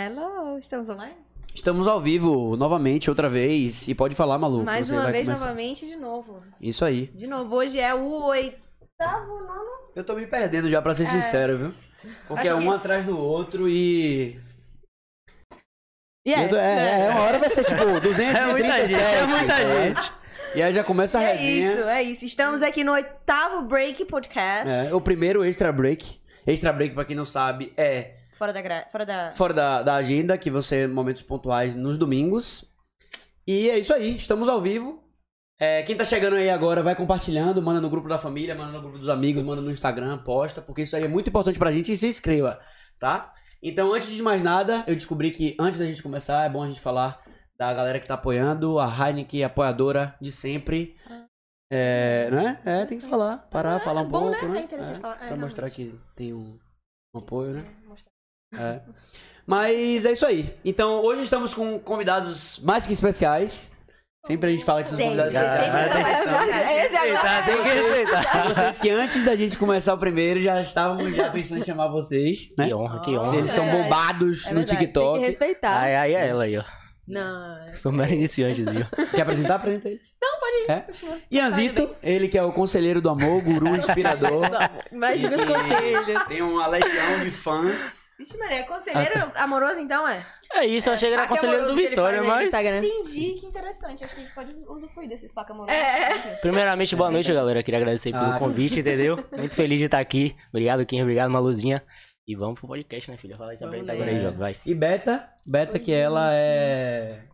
Hello, estamos online? Estamos ao vivo novamente, outra vez. E pode falar, maluco. Mais você uma vai vez, começar. novamente, de novo. Isso aí. De novo, hoje é o oitavo, nono. Eu tô me perdendo já, pra ser sincero, viu? Porque É. Acho é um que- atrás do outro e. Yeah, Eu- é, é, né? uma hora vai ser tipo 237. É muita gente, é muita entende? né? E aí já começa a É resenha. isso, é isso. Estamos aqui no oitavo Break Podcast. É, o primeiro extra break. Extra break, pra quem não sabe, é Fora da gra... Fora da... fora da, da agenda, que vão ser momentos pontuais nos domingos. E é isso aí, estamos ao vivo. É, quem tá chegando aí agora, vai compartilhando, manda no grupo da família, manda no grupo dos amigos, manda no Instagram, posta, porque isso aí é muito importante pra gente e se inscreva, tá? Então, antes de mais nada, eu descobri que antes da gente começar, é bom a gente falar da galera que tá apoiando, a Heineken apoiadora de sempre. É, né? É, tem que falar, parar, falar um bom, né? pouco, né? É interessante falar. É, pra realmente. mostrar que tem um, um apoio, né? Mostrar. É. Mas é isso aí. Então, hoje estamos com convidados mais que especiais. Sempre a gente fala que são Sempre, convidados sempre especiais. Ah, Cara, são- Tá, tem Esse que agora- respeitar, tem que respeitar. Vocês que antes da gente começar o primeiro já estávamos já pensando em chamar vocês, né? Que honra, que Ó. honra. Se eles são verdade. bombados É no verdade, Tem que TikTok. respeitar. Aí, aí, é ela aí, ó. Não. São mais iniciantes, viu? Quer apresentar? Apresenta aí. Não, pode ir. continua. Ianzito, ele que é o conselheiro do amor, guru inspirador. Imagina os E- conselhos. Tem uma legião de fãs. Vixe, Maria, conselheiro Ah, tá. amoroso, então, é? É isso, achei que era Faca conselheiro do amoroso que ele tá- né? É faz Vitória, aí no mas. É. Instagram. Entendi, que interessante. Acho que a gente pode usufruir desse faca amoroso. É. Primeiramente, boa noite, galera. Queria agradecer pelo Ah. convite, entendeu? Muito feliz de estar aqui. Obrigado, Kim. Obrigado, Maluzinha. E vamos pro podcast, né, filha? Fala isso Vamos apresenta agora aí, nessa. João. Vai. E Beta, Beta Oi, que ela é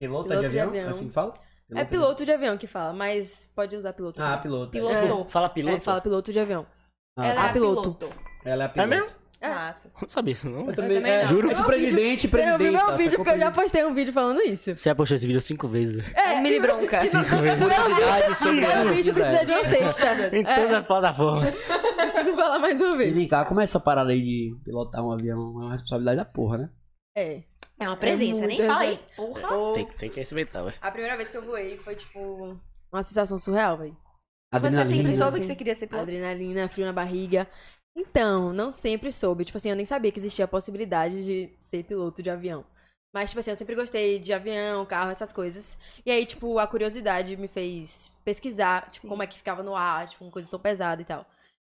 pilota Piloto de de avião, avião. assim que fala? né? É piloto de avião que fala, mas pode usar piloto. Ah, também. piloto. Piloto. Fala É, piloto. fala piloto de avião. Ah, Ela é Ah, piloto. Ela é a É piloto. mesmo? É. Massa. Não sabia isso, não. Eu também, também é, não. juro. Eu de vi presidente, Você não presidente. viu meu tá? é vídeo Só porque eu já comprei- postei um vídeo falando isso. Você já postou esse vídeo cinco vezes. né? É, um Mini bronca. Cinco vezes. Verdade, sobre Cada ela, bicho precisa de uma Em cesta. todas as plataformas. É, preciso falar mais uma E vem vez. cá, como é essa parada aí de pilotar um avião? É uma responsabilidade da porra, né? É. É uma presença, É nem muito, fala é. aí. Porra. Tem, que- tem que respeitar, ué. A primeira vez que eu voei foi tipo uma sensação surreal, velho. Você sempre Adrenalina. né? soube que assim. você queria ser piloto? Adrenalina, frio na barriga. Então, não sempre soube. Tipo assim, eu nem sabia que existia a possibilidade de ser piloto de avião. Mas, tipo assim, eu sempre gostei de avião, carro, essas coisas. E aí, tipo, a curiosidade me fez pesquisar, tipo, Sim. como é que ficava no ar, tipo, uma coisa tão pesada e tal.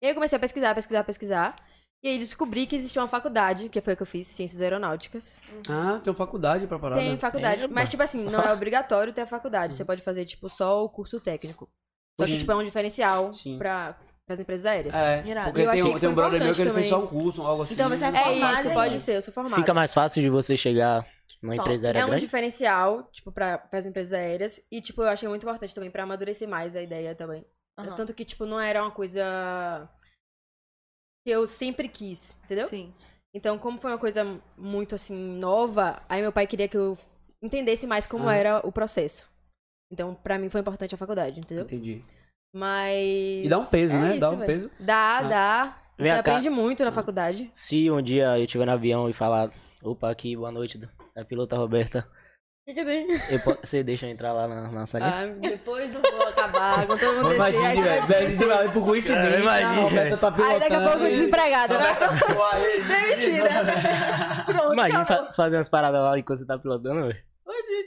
E aí eu comecei a pesquisar, pesquisar, pesquisar. E aí descobri que existia uma faculdade, que foi a que eu fiz, Ciências Aeronáuticas. Ah, tem uma faculdade pra parada. Tem faculdade. Eba. Mas, tipo assim, não é obrigatório ter a faculdade. Você pode fazer, tipo, só o curso técnico. Só Uhum. Sim. que, tipo, é um diferencial Sim. pra, pras empresas aéreas. É, Irado. porque Eu tem, achei um, que tem um foi brother meu que ele importante fez só um curso, algo assim. Então você vai É formado isso, em pode isso. ser, eu sou formada. Fica mais fácil de você chegar numa Top. empresa aérea é um grande. diferencial, tipo, para as empresas aéreas. E, tipo, eu achei muito importante também pra amadurecer mais a ideia também. Aham. Tanto que, tipo, não era uma coisa que eu sempre quis, entendeu? Sim. Então, como foi uma coisa muito, assim, nova, aí meu pai queria que eu entendesse mais como Ah. era o processo. Então, pra mim foi importante a faculdade, entendeu? Entendi. Mas. E dá um peso, é né? dá isso, um velho. peso. Dá, Ah. Uhum. dá. Vem Você cá. aprende muito na faculdade. Se um dia eu estiver no avião e falar, opa, aqui, boa noite, é pilota Roberta, O que, que tem? eu po- você deixa eu entrar lá na, na salinha? Ah, depois do vou acabar, quando todo mundo descer, aí Imagine, você vai velho. velho, Você descer. vai lá por coincidência. Cara, É, imagina, a Roberta tá pilotando. Aí daqui a pouco e- desempregada. né? Demitida. Pronto, Imagina acabou. fa- fazer umas paradas lá enquanto você tá pilotando, velho.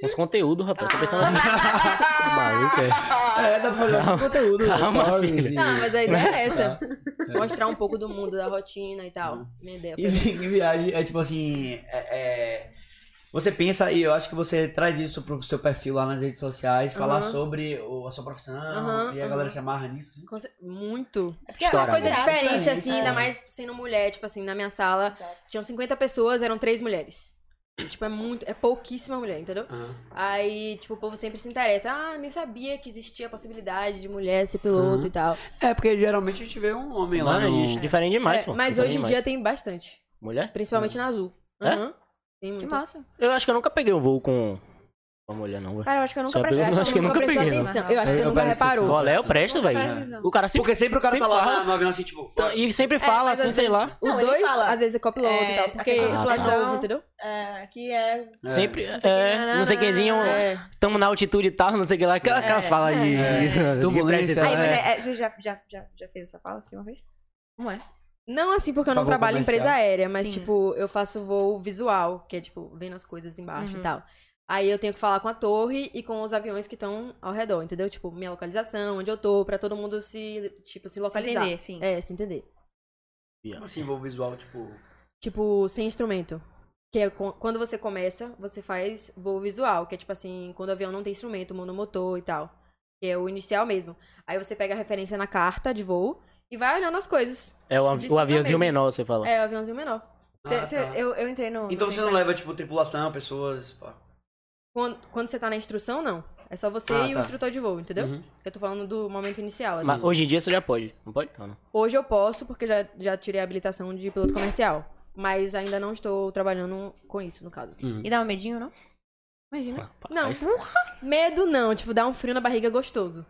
Uns conteúdos, rapaz. Tô Ah. pensando assim. Tá maluco, velho. É, dá pra fazer um conteúdo. assim, Calma, stories filho. e- Não, mas a ideia é essa. É. Mostrar um pouco do mundo, da rotina e tal. Minha ideia. E vi- que viagem é tipo assim. é- é, você pensa, e eu acho que você traz isso pro seu perfil lá nas redes sociais, falar Aham. sobre o- a sua profissão, Aham, e a aham. galera se amarra nisso. Con- Muito. É porque é uma Estourado. coisa né? Coisa diferente, diferente, assim, é. ainda mais sendo mulher. Tipo assim, na minha sala, Exato. tinham 50 pessoas, eram três mulheres. Tipo, é muito. É pouquíssima mulher, entendeu? assim? Aí, tipo, o povo sempre se interessa. Ah, nem sabia que existia a possibilidade de mulher ser piloto Uhum. e tal. É, porque geralmente a gente vê um homem lá. Mano, gente, diferente demais, É, pô. mas Diferente hoje em demais. dia tem bastante. Mulher? Principalmente na Azul. É? Aham. Tem Que muito. massa. Eu acho que eu nunca peguei um voo com uma mulher, não, velho. Cara, eu acho que eu nunca Só prestei pegou- atenção. acho que eu nunca prestou peguei, né? atenção. Eu acho que Eu você nunca parece reparou. isso. Qual é? Eu presto, Nunca velho. prestei atenção. O cara sempre. Porque sempre o cara Sempre tá lá fala. Então, na- no avião assim, tipo. E sempre É, fala, mas assim, às sei vezes, lá. Os Não, ele dois, fala, às vezes, é copiloto é, e tal. a Porque questão da é população. novo, entendeu? É, aqui é... é. Sempre. Não sei quem, É, né, não sei quemzinho. É. Tamo na altitude e tal, não sei o que lá. Aquela, aquela É. fala de. É. de Turbulência, precisão, Aí, é. mas é- é, você já, já, já, já fez essa fala assim uma vez? Não é? Não assim porque eu não Pra voo trabalho em comercial. empresa aérea, mas Sim. tipo, eu faço voo visual, que é tipo, vendo as coisas embaixo Uhum. e tal. Aí eu tenho que falar com a torre e com os aviões que estão ao redor, entendeu? Tipo, minha localização, onde eu tô, pra todo mundo se, tipo, se Se localizar. entender, sim. É, se entender. Como assim, voo visual, tipo. Tipo, sem instrumento. Que é co- quando você começa, você faz voo visual, que é tipo assim, quando o avião não tem instrumento, monomotor e tal. Que é o inicial mesmo. Aí você pega a referência na carta de voo e vai olhando as coisas. É o, Tipo, de avi- o cima aviãozinho mesmo. menor, você fala. É, o aviãozinho menor. Ah, tá. eu, eu entrei no. Então no você não né? Instagram. leva, tipo, tripulação, pessoas. Pá. Quando, quando você tá na instrução, não. É só você Ah, e tá. o instrutor de voo, entendeu? Uhum. Eu tô falando do momento inicial, assim. Mas hoje em dia você já pode, não pode? Ah, não. Hoje eu posso, porque já, já tirei a habilitação de piloto comercial. Mas ainda não estou trabalhando com isso, no caso. E dá um medinho, não? Imagina. Rapaz. Não, medo não. Tipo, dá um frio na barriga gostoso.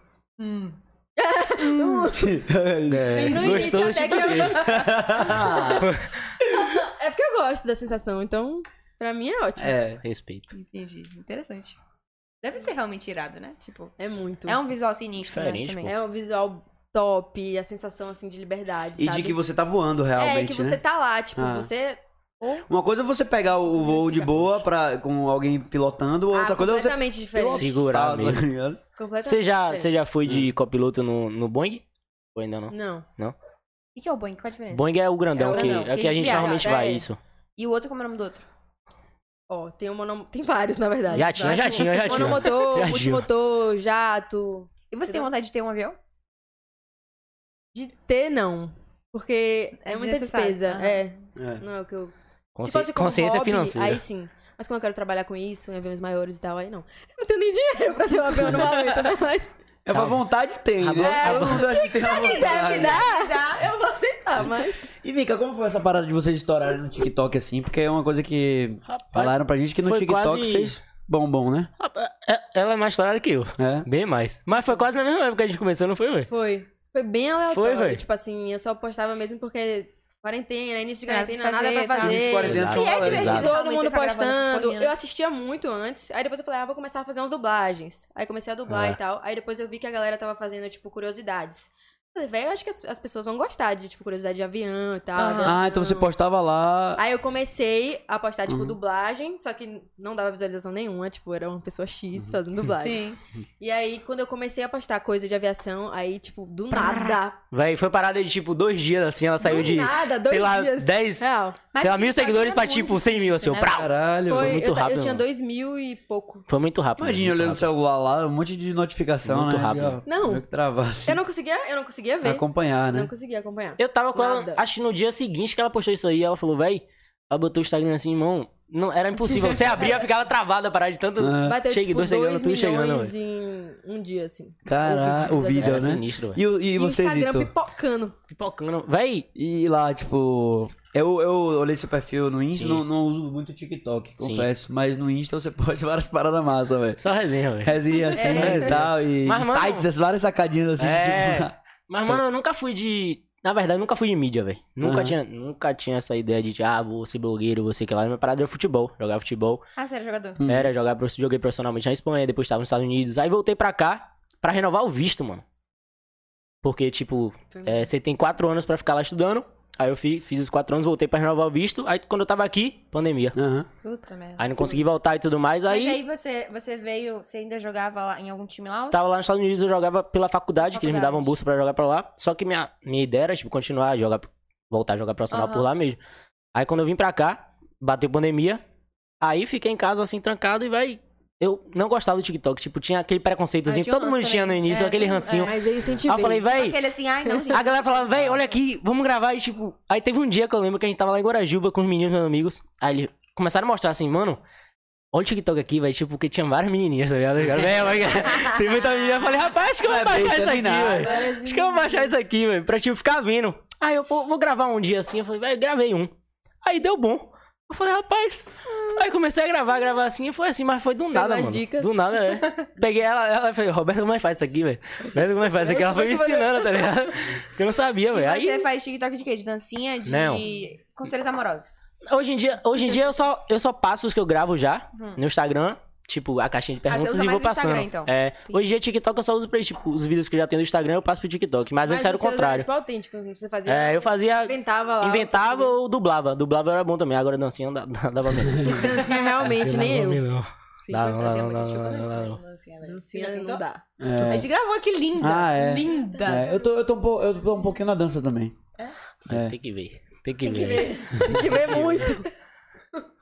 Então, É, No início gostoso. até que eu... É porque eu gosto da sensação, então pra mim é ótimo. É, é. Respeito. Entendi. Interessante. Deve ser realmente irado, né? Tipo, muito. é um visual sinistro, né? Diferente, Também. É um visual top, a sensação assim de liberdade, E sabe? de que você tá voando é, realmente, que você né? tá lá, tipo, Ah. você... Uma coisa é você pegar o voo de boa pra, com alguém pilotando, outra ah, coisa é você. completamente diferente. Segurar Tá, tá mesmo. ligado? Completamente Você já, diferente. você já foi de copiloto no, no Boeing? Ou ainda não? Não. O que que é o Boeing? Qual a diferença? Boeing é o grandão, É o que, grandão, é o que a gente viaja. normalmente vai, É. isso. E o outro, como é o nome do outro? Ó, tem um mono... Tem vários, na verdade. Jatinho, Mas, jatinho, tipo, jatinho. Monomotor, Jatinho. multimotor, jato. E você tem Entendeu? vontade de ter um avião? De ter, não. Porque é, É muita desnecessário. despesa. Aham. É, É. não é o que eu... Se Consci- fosse como Consciência hobby, financeira. aí sim. Mas como eu quero trabalhar com isso, em aviões maiores e tal, aí não. Eu não tenho nem dinheiro pra ter um avião no momento, né? Mas se É pra vontade tem, né? É, Todo mundo acha que tem Ah, uma quiser me vontade. dar, Dá. eu vou aceitar, mas... E Vika, como foi essa parada de vocês estourarem no TikTok assim? Porque é uma coisa que falaram pra gente que no Foi TikTok quase- vocês bombam, né? Rapaz, é- Ela é mais estourada que eu. É. Bem mais. Mas foi quase na mesma época que a gente começou, não foi, velho? Foi. Foi bem aleatório. Foi, foi. tipo assim, eu só postava mesmo porque... Quarentena, início de Nada pra quarentena, nada fazer, pra tá? fazer. Início de quarentena, Exato. tinha E é uma galera. divertido. Exato. Todo Realmente, mundo você tá gravando essas postando. coisinhas, né? Eu assistia muito antes. Aí depois eu falei, ah, vou começar a fazer umas dublagens. Aí comecei a dublar É. e tal. Aí depois eu vi que a galera tava fazendo, tipo, curiosidades. Falei, velho, eu acho que as, as pessoas vão gostar de, tipo, curiosidade de avião e tal. Aham. avião. Ah, então você postava lá. Aí eu comecei a postar, tipo, Uhum. dublagem, só que não dava visualização nenhuma, tipo, era uma pessoa X Uhum. fazendo dublagem. Sim. E aí, quando eu comecei a postar coisa de aviação, aí, tipo, do nada. Véi, foi parada de tipo dois dias assim, ela saiu do de, nada, dois sei lá, dias. 10, Real. Mas sei lá, o mil TikTok seguidores é pra muito, tipo 100 mil, assim, né? prau. Caralho. Foi, muito eu, ta- rápido, eu tinha mano. dois mil e pouco. Foi muito rápido. Imagina muito olhando o rápido. celular lá, um monte de notificação, Muito né? rápido. E, ó, Não. meio que travar, assim, Eu não conseguia, eu não conseguia ver. Acompanhar, né? Não conseguia acompanhar. Eu tava com ela, Nada. acho que no dia seguinte que ela postou isso aí, ela falou, véi, ela botou o Instagram assim, irmão, não, era impossível. Você abria, ficava travada, parada de tanto... Ah, Bateu Chegue, tipo dois 2 É, chegando, tudo milhões chegando, em um dia, assim. Caralho, o O vídeo, vídeo, Era né? sinistro, velho. E, o- e E o vocês, Instagram Ito? pipocando. Pipocando. Véi, E lá, tipo. Eu, eu olhei seu perfil no Insta, Sim. não, não uso muito o TikTok, Sim. confesso. Mas no Insta você pode várias paradas massa, velho. só resenha, velho. Resenha assim É. e tal, e Mas, mano- sites, essas várias sacadinhas assim, É. tipo. Mas, mano, eu nunca fui de. Na verdade, eu nunca fui de mídia, velho. Nunca, Aham. tinha, nunca tinha essa ideia de, ah, vou ser blogueiro, vou ser que lá. Minha parada era futebol, jogar futebol. Ah, sério, jogador. Hum. Era jogar, pro- joguei profissionalmente na Espanha, depois tava nos Estados Unidos. Aí voltei pra cá pra renovar o visto, mano. Porque, tipo, é, você tem quatro anos pra ficar lá estudando. Aí eu fi- fiz os quatro anos, voltei pra renovar o visto. Aí quando eu tava aqui, pandemia. Aham. Puta merda. Aí não consegui voltar e tudo mais. Mas Aí aí você, você veio, você ainda jogava lá em algum time lá? ou- tava Tá lá nos Estados Unidos, eu jogava pela faculdade, que eles me Faculdade. davam bolsa pra jogar pra lá. Só que minha, minha ideia era, tipo, continuar a jogar, voltar a jogar profissional Aham. por lá mesmo. Aí quando eu vim pra cá, bateu pandemia. Aí fiquei em casa, assim, trancado e vai. Eu não gostava do TikTok, tipo, tinha aquele preconceitozinho Ah, que tinha um todo mundo lance tinha no também. início, É, aquele todo- rancinho. Mas aí incentivei. Aí então. Ah, eu falei, véi, Aquele assim, ai não, gente. a galera falava, véi, olha aqui, vamos gravar. E tipo, aí teve um dia que eu lembro que a gente tava lá em Guarajuba com os meninos, meus amigos. Aí eles começaram a mostrar assim, mano, olha o TikTok aqui, velho. Tipo, porque tinha várias menininhas, tá ligado? É, mas- Tem muita menina. Eu falei, rapaz, acho que eu vou Não é baixar besta isso nem aqui, nada. velho. várias Acho que eu vou baixar isso aqui, velho, pra tipo ficar vendo. Aí eu, pô, vou gravar um dia assim. Eu falei, velho, gravei um. Aí deu bom. Eu falei, rapaz. Aí comecei a gravar, gravar assim, e foi assim, mas foi do nada, as mano. dicas. Do nada, é. Peguei ela, ela falou, Roberto, como é que faz isso aqui, velho? Roberto, como é que faz isso aqui? Ela foi me ensinando, tá ligado? Que eu não sabia, E velho. você Aí, faz TikTok de quê? De dancinha? De Não. conselhos amorosos? hoje em dia, hoje em dia eu, só, eu só passo os que eu gravo já no Instagram. tipo, a caixinha Hum. de Ah, você perguntas usa e mais vou o Instagram, passando. então. É, hoje em dia TikTok eu só uso pra isso, tipo, os vídeos que eu já tenho no Instagram eu passo pro TikTok, mas, antes era o você usa, contrário. Tipo, autêntico, você fazia. É, eu fazia, Inventava lá. inventava ou dublava, dublava era bom também, agora dancinha não dá- dava mesmo. Dancinha realmente, nem eu. Sim, mas Dá, Ah, não, até não, muito não, tipo, não, não, não. assim, né? É. Dancinha não dá. A gente gravou aqui linda. Ah, é. Linda. É, eu, tô, eu, tô um pou- eu tô um pouquinho na dança também. É. Tem que ver, tem que Tem que ver. ver. Tem que ver muito.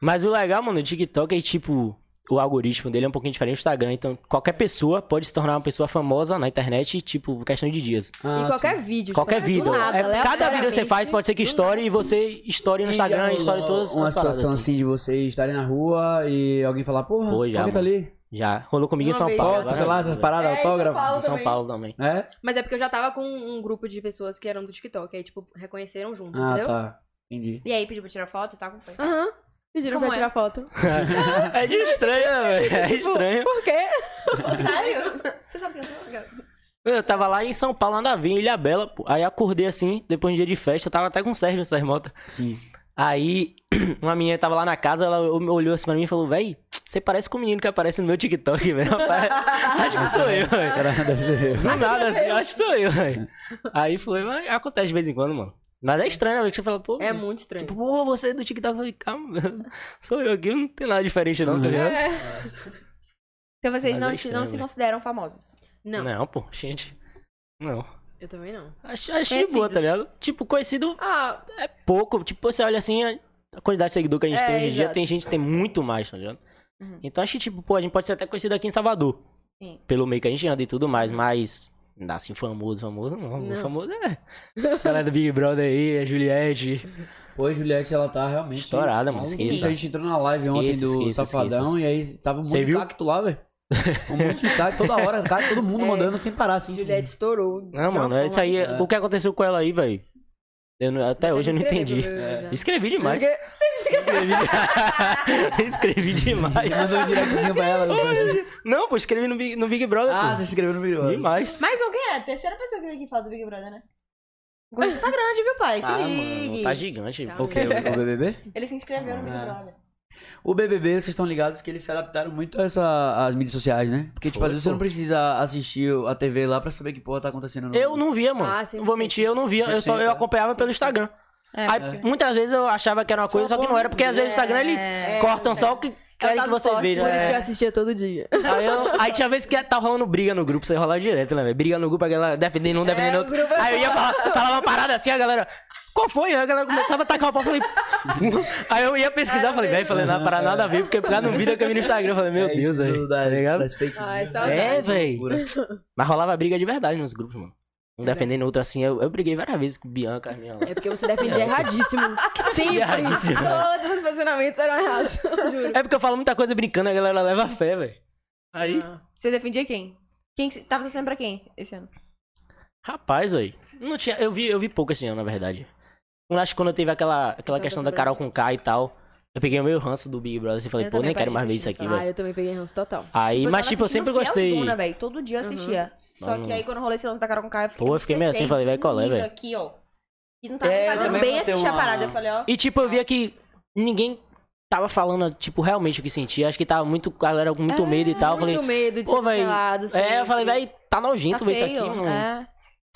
Mas o legal, mano, do TikTok é tipo. O algoritmo dele é um pouquinho diferente do Instagram. Então, qualquer pessoa pode se tornar uma pessoa famosa na internet, tipo, questão de dias. Ah, e qualquer vídeo. tipo, Qualquer do vídeo. nada, É, cada vídeo que você aleatoriamente, faz pode ser que do story e você story no sim. né? Instagram, E já story rolou todas. Uma as paradas, situação assim de vocês estarem na rua e alguém falar, porra, Pô, já, alguém tá mano. ali. Já. Rolou comigo em Uma São vez. Paulo. Foto, Foto, agora, sei lá, essas É, paradas, em São autógrafo. Paulo Em São também. Paulo também. É? Mas é porque eu já tava com um grupo de pessoas que eram do TikTok. Aí, tipo, reconheceram junto, Ah, entendeu? tá. Entendi. E aí, pediu pra tirar foto e tal, como foi? Aham. Pediram Como pra é? tirar foto. É de estranho, velho. É Tipo, estranho. Por quê? Sério? Você sabe que eu sou? Eu tava lá em São Paulo, nada a ver, em Ilha Bela, pô. Aí acordei assim, depois de um dia de festa, eu tava até com o Sérgio, o Sérgio Mota. Sim. Aí, uma menina tava lá na casa, ela o- olhou assim pra mim e falou, véi, você parece com o menino que aparece no meu TikTok, velho. Rapaz, Acho que sou eu, velho. Cara, deve ser eu. Do nada, assim, eu acho que sou eu, velho. Aí foi, mas acontece de vez em quando, mano. Mas é estranho, né, velho, que você fala, pô... É muito estranho. Tipo, pô, você é do TikTok, eu falei, calma, sou eu aqui, não tem nada diferente não, tá ligado? É. Então vocês Mas não, é te- estranho, não se velho. consideram famosos. Não, pô, gente, não. eu também não. Achei, É, achei de boa, tá Conhecidos. ligado? Tipo, conhecido Ah, é pouco, tipo, você olha assim, a a quantidade de seguidor que a gente É, tem hoje em dia, exato. tem gente que tem muito mais, tá ligado? Uhum. Então acho que, tipo, pô, a gente pode ser até conhecido aqui em Salvador. Sim. Pelo meio que a gente anda e tudo mais, mas... não Assim, famoso, famoso não. Uhum. Não. Famoso é. Galera do Big Brother aí, a Juliette. Pô, a Juliette, ela tá realmente. Estourada, mano, esqueça. Isso, A gente entrou na live ontem Esqueça, do esqueça, Safadão e aí tava um Você monte de viu? cacto lá, velho. Um monte de cacto toda hora, cacto, todo mundo É. mandando sem parar, assim. Juliette estourou. de Não, uma mano, é isso forma aí. absurda. bizarra. O que aconteceu com ela aí, velho? Eu não- até hoje eu não Escrever, entendi. É. provavelmente, né? Escrevi demais. Porque- Escrevi, escrevi demais. Mandou um directzinho pra ela. não sei. Não, pô, escrevi no Big, no Big Brother. Ah, pô. você se inscreveu no vídeo. Demais. Mas alguém é a terceira pessoa que vem aqui falar do Big Brother, né? Agora você tá grande, viu, pai? Se Ah, ligue. mano, tá gigante. Tá pô. O quê? O BBB? Ele se inscreveu no Big É. Ah. Brother. O BBB, vocês estão ligados que eles se adaptaram muito a essa, às mídias sociais, né? Porque, tipo, Foi, às vezes pô. você não precisa assistir a TV lá pra saber que porra tá acontecendo. No... Eu não via, mano. Ah, não vou 100%. mentir, eu não via. Eu só 100%, eu tá? acompanhava pelo Instagram. É, É. Aí, muitas vezes eu achava que era uma Só coisa, só que não era, porque às vezes o Instagram eles É, cortam só o que querem tal que do você corte, veja. Por isso é. que eu assistia todo dia. Aí, eu- aí tinha vez que tava rolando briga no grupo, você rolava direto, né, velho? Briga no grupo, a galera defendendo um, defendendo o outro. grupo é Aí eu ia falar, falava uma parada assim, a galera. Qual foi? Aí a galera começava a tacar o pau, falei. aí eu ia pesquisar, falei, velho, falei, não, para nada a ver, porque lá no um vídeo eu vi no Instagram, falei, meu É isso Deus, do- velho. Tá das, ligado? das fake Ai, news. saudade. É, véi. Loucura. Mas rolava briga de verdade nos grupos, mano. Um defendendo o outro assim, eu, eu briguei várias vezes com Bianca, minha lá. É porque você defendia erradíssimo. Sempre. Erradíssimo, né? Todos os posicionamentos eram errados. Juro. É porque eu falo muita coisa brincando, a galera leva fé, velho. Aí, Ah, Você defendia quem? Quem que você tava torcendo pra quem esse ano? rapaz, velho. Não tinha, eu vi, eu vi pouco esse ano, na verdade. Eu acho que quando teve aquela, aquela Então, questão tá da Carol com K e tal, eu peguei o meu ranço do Big Brother e falei, Eu pô, também nem quero parei mais ver de isso assistir, aqui, sabe? velho. ah, eu também peguei ranço total. Aí, Tipo, eu mas tava tipo, eu assistindo né, sempre gostei. fielzona, véi. Todo dia eu assistia. Só Uhum. que aí quando rolou esse lance da cara com o Caio, eu fiquei. Pô, eu fiquei meio assim, "Gente, falei, vai, um qual é, nível véi?" Aqui, ó. E não tava É, eu fazendo também bem botei assistir a uma- parada. Eu falei, ó. E tipo, eu via É. que ninguém tava falando, tipo, realmente o que sentia. Acho que tava muito, a galera com muito É, medo e tal. Tá, Eu Muito falei, medo de pô, ser véi. cancelado. é, eu falei, sempre. velho, tá nojento Tá ver isso feio. aqui, mano. É,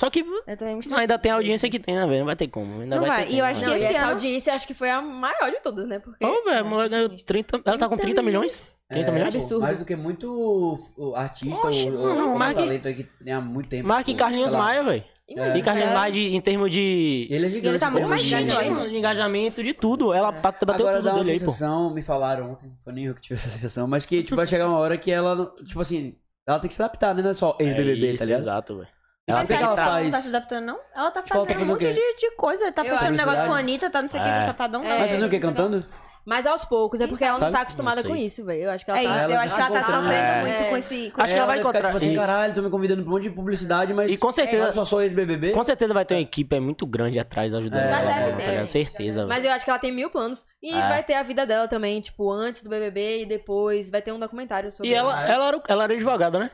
Só que eu também me não, ainda tem a audiência que tem, né, velho? Não vai ter como. Ainda Não vai, vai. ter E como, eu acho né? Não, e Esse essa ano- audiência acho que foi a maior de todas, né? Porque. Ô, velho, a mulher ganhou impressionista. 30. Oh, Ela tá com 30 milhões? É, 30 milhões? É Absurdo. Mais do que muito o artista é Oxe, ou, mano, ou Mark- talento aí que tem há muito tempo. Marque tipo, Carlinhos sei lá. Maia, velho. É. Imagina, E Carlinhos sério. Maia de- em termos de. Ele é gigante. ele tá muito pô. mais Ele- gigante ainda. de engajamento, de tudo. Ela bate- bateu Agora tudo dá uma dele aí, pô. sensação, me falaram ontem, não foi nem eu que tive essa sensação, mas que tipo, vai chegar uma hora que ela, não- tipo assim, ela tem que se adaptar, né? Não é só ex-BBB, É isso, tá ligado? Exato, velho. Ela Mas tem você que acha que ela ela não tá faz- se adaptando, não? Ela tá Tipo, ela fazendo um tá fazendo o monte quê? de, de coisa. Tá Eu fechando acho. negócio com a Publicidade. Anitta, tá não sei o que, É. com o Safadão. É. Ela Não, tá fazendo o quê? Cantando? Mas aos poucos, é porque ela não Sabe? tá acostumada Não sei. com isso, velho. Eu acho que ela É tá. isso, eu acho que ela tá voltando, sofrendo né? muito É. com esse. com Acho que ela vai ficar, encontrar Tipo assim, isso. caralho, tô me convidando pra um monte de publicidade, mas. E com Eu certeza. É, só sou ex-BBB. Com certeza vai ter uma equipe é muito grande atrás ajudando É. ela, Já deve velho, tá ter. ligado? certeza, velho. Mas eu acho que ela tem mil planos. E É. vai ter a vida dela também, tipo, antes do BBB e depois. Vai ter um documentário sobre E é ela, ela, era, ela era advogada, né?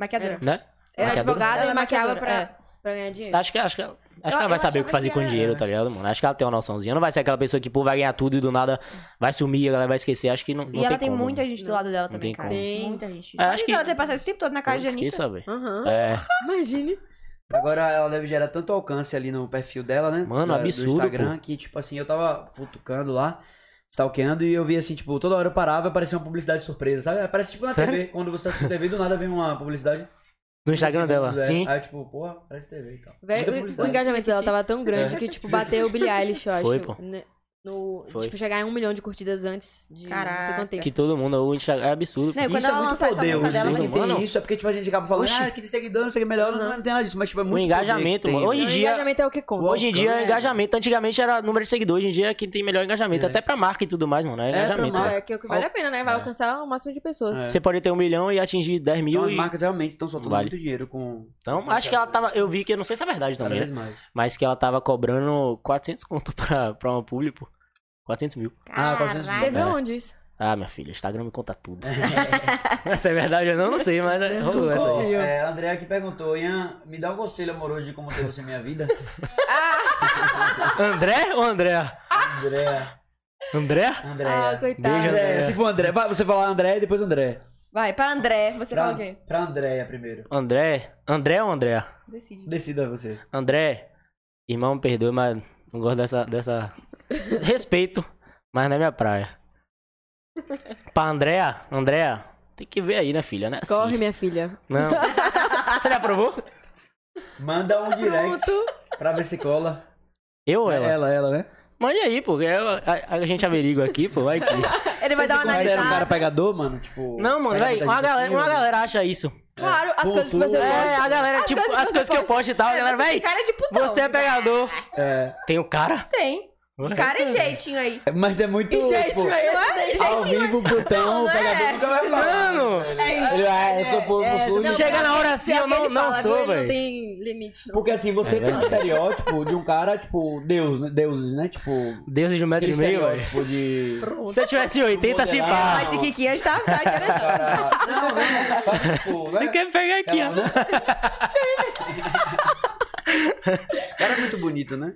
Maquiadora. Né? Era Maquiadora. é advogada Ela é e maquiava maquiadora, pra. pra ganhar dinheiro. Acho que, acho que, acho que Eu- ela eu vai saber achava o que fazer que com era- dinheiro, tá ligado, mano? Acho que ela tem uma noçãozinha. Não vai ser aquela pessoa que, pô, vai ganhar tudo e do nada vai sumir, ela vai esquecer. Acho que não, não E ela tem como, muita mano. gente do Não. lado dela Não também, tem cara. como. Tem. Muita gente. É, Sabe acho acho que- que ela ter passado esse tempo todo na casa de Putz, Anitta. Esqueça, velho. Aham. É, Imagine. Agora ela deve gerar tanto alcance ali no perfil dela, né? Mano, Da- absurdo, Do Instagram, que tipo assim, eu tava futucando lá, stalkeando, e eu vi assim, tipo, toda hora eu parava e aparecia uma publicidade surpresa, sabe? Aparece tipo na Sério? TV, quando você tá assistindo TV, do nada vem uma publicidade. no Instagram dela. É. Sim, Aí tipo, porra, parece TV e tal. Véi, Muita o, o publicidade. É. engajamento dela tava tão grande que, tipo, bateu o Billie Eilish, eu acho. Foi, pô. né, No, Foi. Tipo, chegar em um milhão de curtidas antes de não sei Caraca. quanto tempo. que todo mundo, o Instagram é absurdo. Não, e Isso quando é ela muito lançar essa poder, música isso, dela, não vai muito ser bom. tem mano. isso, é porque tipo, a gente acaba falando, Oxi. Um ah, que tem seguidor, não sei o que, melhor, não, não tem nada disso, mas tipo, é muito poder que engajamento, tem, mano. né? Hoje em o dia- engajamento é o que conta. Hoje em dia, alcance. engajamento, antigamente era número de seguidores, hoje em dia é quem tem melhor engajamento, É. até pra marca e tudo mais, mano. É pra engajamento. marca. Ah, é que é o que vale a pena, né? Vai É. alcançar o máximo de pessoas. É. Você pode ter um milhão e atingir 10 mil. Então as e- marcas realmente estão soltando Vale. muito dinheiro com Então, acho que ela tava. Eu vi que, eu não sei se é verdade cada também, né? vez mais. mas que ela tava cobrando 400 conto pra, pra uma publi, pô. 400 mil. Ah, quatrocentos Você mil. viu onde isso? Ah, minha filha, Instagram me conta tudo. Se é verdade ou não, não sei, mas é, rolou essa Ó, aí. Viu? é, André aqui perguntou, Ian, me dá um conselho amoroso de como ter você em minha vida? André ou André? André, André? André. Ah, coitado. É. Beijo, André, André. se for André, vai, você falar André e depois André. Vai, para André, você Pra, fala o quê? pra Andréia primeiro. André? André ou André? Decide. Decida você. André, irmão, me perdoe, mas não gosto dessa. dessa... Respeito, mas não é minha praia. Pra Andréa, Andréa, tem que ver aí, né, filha? Né? Assim. Corre, minha filha. Não. Você já aprovou? Manda um direct pra ver se cola. Eu ou ela? ela? ela, né? Mande aí, pô. que é ela- a, a gente averigua aqui, pô. Vai que. Ele vai Você dar uma se considera um cara analisada. pegador, mano? Tipo, Não, mano, pega vai. muita Uma gente galera, assim, uma mano? galera acha isso. Claro, as Pô, coisas tu- que você É, gosta. né? a galera, tipo, coisas que as você coisas que eu posto e tal, a galera, Mas esse vai. cara é de putão. Você é pegador. É, Tem o cara? Tem. Cara é e jeitinho aí. mas é muito, E, gente, tipo, velho, ao vivo, putão, o pegador nunca vai falar. Mano, É Ele, ah, eu sou povo, é, sou Não, chega pior na hora que- assim, pior eu que não- ele não fala, sou, viu? Ele velho. não tem limite. não. Porque assim, você É tem um verdade. estereótipo de um cara, tipo, Deus, né? deuses, né? Tipo, Deus de um metro aquele e meio, velho. estereótipo de. Se eu tivesse 80, assim, pá. Mas de Kikinha está Cara, Não, não, sabe, tipo, né? Ele quer me pegar aqui, ó. O cara é muito bonito, né?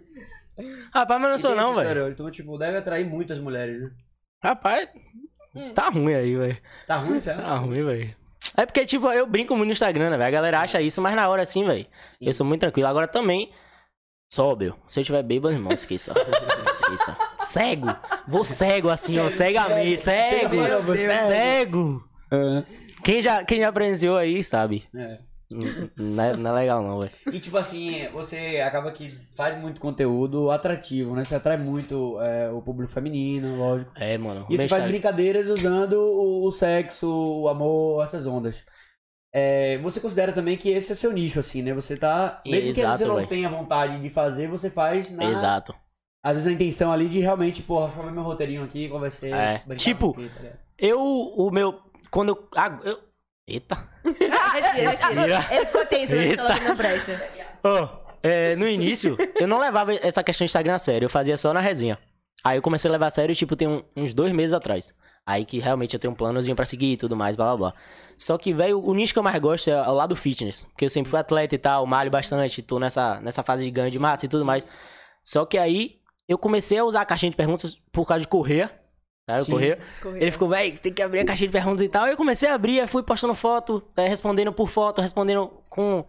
Rapaz, mas eu não sou Tem não, esse velho. estereótipo, Então, tipo, deve atrair muitas mulheres, né? Rapaz, tá ruim aí, velho. Tá ruim, certo? Tá ruim, velho. É porque, tipo, eu brinco muito no Instagram, né, velho? A galera acha isso, mas na hora assim, velho. Eu sou muito tranquilo. Agora também, sóbrio. Se eu tiver bêbado, irmão, esqueça. esqueça. Cego. Vou cego assim, ó. Cegamente. Chega Cego. falando, você é- Cego. Quem já, quem já presenciou aí, sabe? É. N- Não é, não é legal, não, velho. E tipo assim, você acaba que faz muito conteúdo atrativo, né? Você atrai muito é, o público feminino, lógico. É, E mano. você meu faz Instagram- brincadeiras usando o, o sexo, o amor, essas ondas. É, você considera também que esse é seu nicho, assim, né? Você tá. Mesmo que Exato, você não véi. tenha vontade de fazer, você faz na. Exato. Às vezes a intenção ali de realmente, porra, deixa eu ver meu roteirinho aqui, qual vai ser. É. brincar Tipo, com o quê, tá ligado? Eu, o meu. Quando eu. ah, eu- Eita. Respira, Respira. respira. Ele ficou tenso, ele Eita. falou que não presta. Ó, é, no início, eu não levava essa questão do Instagram a sério, eu fazia só na resenha. Aí eu comecei a levar a sério, tipo, tem um- uns dois meses atrás. Aí que realmente eu tenho um planozinho pra seguir e tudo mais, blá blá blá. Só que, velho, o nicho que eu mais gosto é o lado fitness. Porque eu sempre fui atleta e tal, malho bastante, tô nessa, nessa fase de ganho de massa e tudo mais. Só que aí eu comecei a usar a caixinha de perguntas por causa de correr. Tá? Eu Sim. correr. Correr. Ele ficou, véi, você tem que abrir a caixinha de perguntas e tal. Aí eu comecei a abrir, aí fui postando foto, é, respondendo por foto, respondendo com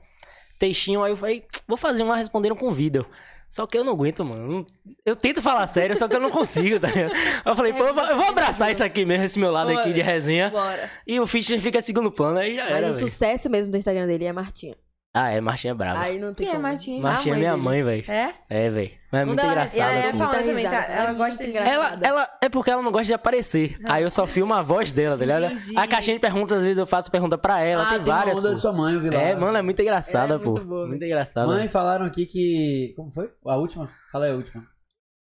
textinho. Aí eu falei, vou fazer uma respondendo com vídeo. Só que eu não aguento, mano. Eu tento falar sério, só que eu não consigo, tá ligado? Aí Eu falei, pô, eu vou- eu vou abraçar isso aqui mesmo, esse meu lado aqui de resenha. Bora. E o fitness fica em segundo plano, aí já Mas era, o velho. sucesso mesmo do Instagram dele é a Martinha. Ah, é, Martinha é brava. Aí não tem Quem é como. Martinha? Martinha é a minha dele. mãe, velho. É? É, velho. Mas é Quando muito ela- engraçada. ela é pô. pra- Paula também, tá? risada, Ela é gosta muito de- Ela, engraçada. ela é porque ela não gosta de aparecer. Aí eu só filmo a voz dela, tá ligado? Entendi. A caixinha de perguntas, às vezes eu faço pergunta pra ela, ah, tem, várias. uma onda pô. da sua mãe, eu vi lá. né? É, mano, é muito engraçada, É pô. muito boa, muito engraçada. Mãe, falaram aqui que. Como foi? A última? Fala aí a última.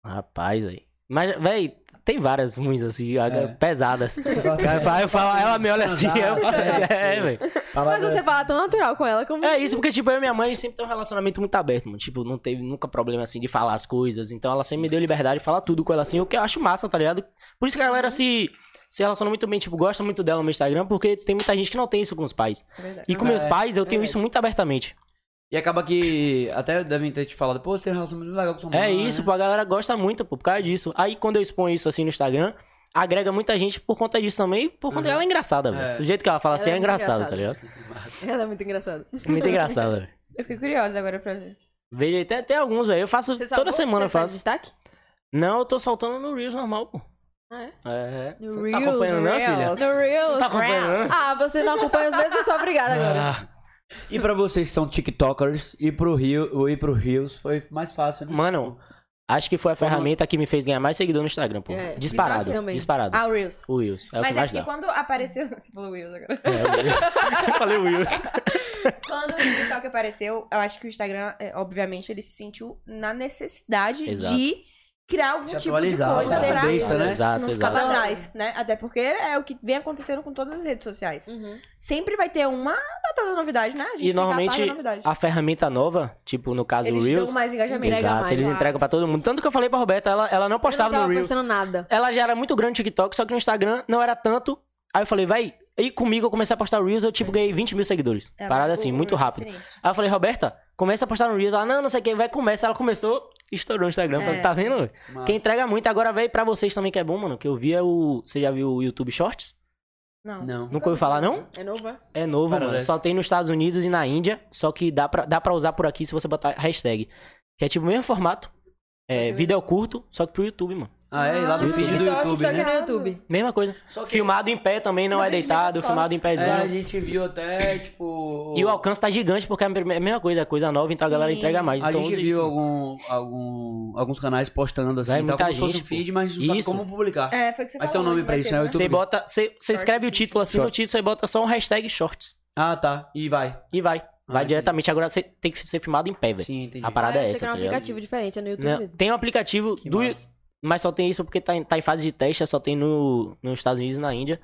Rapaz, velho. Mas, velho, tem várias ruins, assim, aga- pesadas. fala- Aí eu falo, eu falo- ela me olha assim, Pesada, eu falo, certo. é, velho. Mas você Palavras- fala tão natural com ela como. É isso, porque, tipo, eu e minha mãe sempre tem um relacionamento muito aberto, mano. Tipo, não teve nunca problema, assim, de falar as coisas. Então, ela sempre me deu liberdade de falar tudo com ela, assim, o que eu acho massa, tá ligado? Por isso que a galera se, se relaciona muito bem, tipo, gosta muito dela no meu Instagram, porque tem muita gente que não tem isso com os pais. É verdade. E com meus É, pais, eu tenho verdade. isso muito abertamente. E acaba que até devem ter te falado, pô, você tem um relacionamento muito legal com sua mãe. É isso, pô, a galera gosta muito, pô, por causa disso. Aí quando eu exponho isso assim no Instagram, agrega muita gente por conta disso também, por conta Uhum. ela é engraçada, É. velho. Do jeito que ela fala Ela assim, é é, muito engraçado, engraçada. tá ligado? Ela é muito engraçada. Muito engraçado, velho. Eu fiquei curiosa agora pra É ver. Veja, aí, tem, tem alguns, velho. Eu faço Você salvou? toda semana, Você eu faz faço. destaque? Não, eu tô soltando no Reels normal, pô. Ah, é? É. No Você não tá Reels, acompanhando, não, filha? Reels. No Reels. Tá acompanhando, não? Ah, você não acompanha os meus, eu sou obrigada agora. Ah, E pra vocês que são TikTokers, ir pro Rio, ir pro Rios foi mais fácil, né? Mano, acho que foi a Como- ferramenta que me fez ganhar mais seguidor no Instagram, pô. É, disparado, TikTok também. disparado. Ah, o Reels. O Reels, é o que Mas é mais porque dá. quando apareceu. Você falou Reels agora. É, o Reels. Eu falei o Reels. Quando o TikTok apareceu, eu acho que o Instagram, é, obviamente, ele se sentiu na necessidade Exato. de criar algum Se tipo atualizar, de coisa né? pra Update, né? Exato, não ficar exato. pra trás, né? Até porque é o que vem acontecendo com todas as redes sociais. Uhum. Sempre vai ter uma datada novidade, né? A gente Hum. E normalmente fica a par da novidade. a ferramenta nova, tipo no caso Eles o dão Reels, mais engajamento. né? Entrega exato, mais. eles entregam pra todo mundo. Tanto que eu falei pra Roberta, ela, ela não postava eu não no tava Reels. postando nada. Ela já era muito grande no TikTok, só que no Instagram não era tanto. Aí eu falei, vai. E comigo eu comecei a postar Reels, eu tipo ganhei 20 mil seguidores. É, Parada mas o- assim, muito o- rápido. sinistro. Aí eu falei, Roberta, começa a postar no Reels. Ela, não, não sei o que, vai, começa. Ela começou, estourou o Instagram. Eu falei, É. tá vendo? Massa. Quem entrega muito, agora veio pra vocês também que é bom, mano. Que eu vi é o. Você já viu o YouTube Shorts? Não. Não. Nunca ouviu falar, não? É nova? É novo, Parabéns. mano. Só tem nos Estados Unidos e na Índia. Só que dá pra, dá pra usar por aqui se você botar hashtag. Que é tipo o mesmo formato. É, Uhum. vídeo curto, só que pro YouTube, mano. Ah, é, e lá no No feed do Tipo, TikTok, YouTube, só que né? no YouTube. Mesma coisa. Filmado em pé também, não, Não, é eles deitado. ligam os Filmado em cortes. É, a pézinho. gente viu até, tipo... E o alcance tá gigante, porque é a mesma coisa, é coisa nova, então a galera Sim. entrega mais. A então gente usa viu isso. algum, algum, alguns canais postando assim, Vai tal, muita como se fosse um gente, pô. feed, mas não sabe Isso. como publicar. É, foi o que você Mas tem falou. um nome onde pra vai isso, ser, né? O YouTube- Você bota. Você, você escreve o título assim, no Shorts. título você bota só um hashtag shorts. Ah, tá. E vai. E vai. Vai Ah, entendi. diretamente. Agora você tem que ser filmado em pé, velho. Sim, entendi. A parada ah, eu é achei essa, que era tá um ligado? aplicativo diferente, é no YouTube Não, mesmo. tem um aplicativo Que do massa. mas só tem isso porque tá em, tá em fase de teste, só tem no, nos Estados Unidos e na Índia.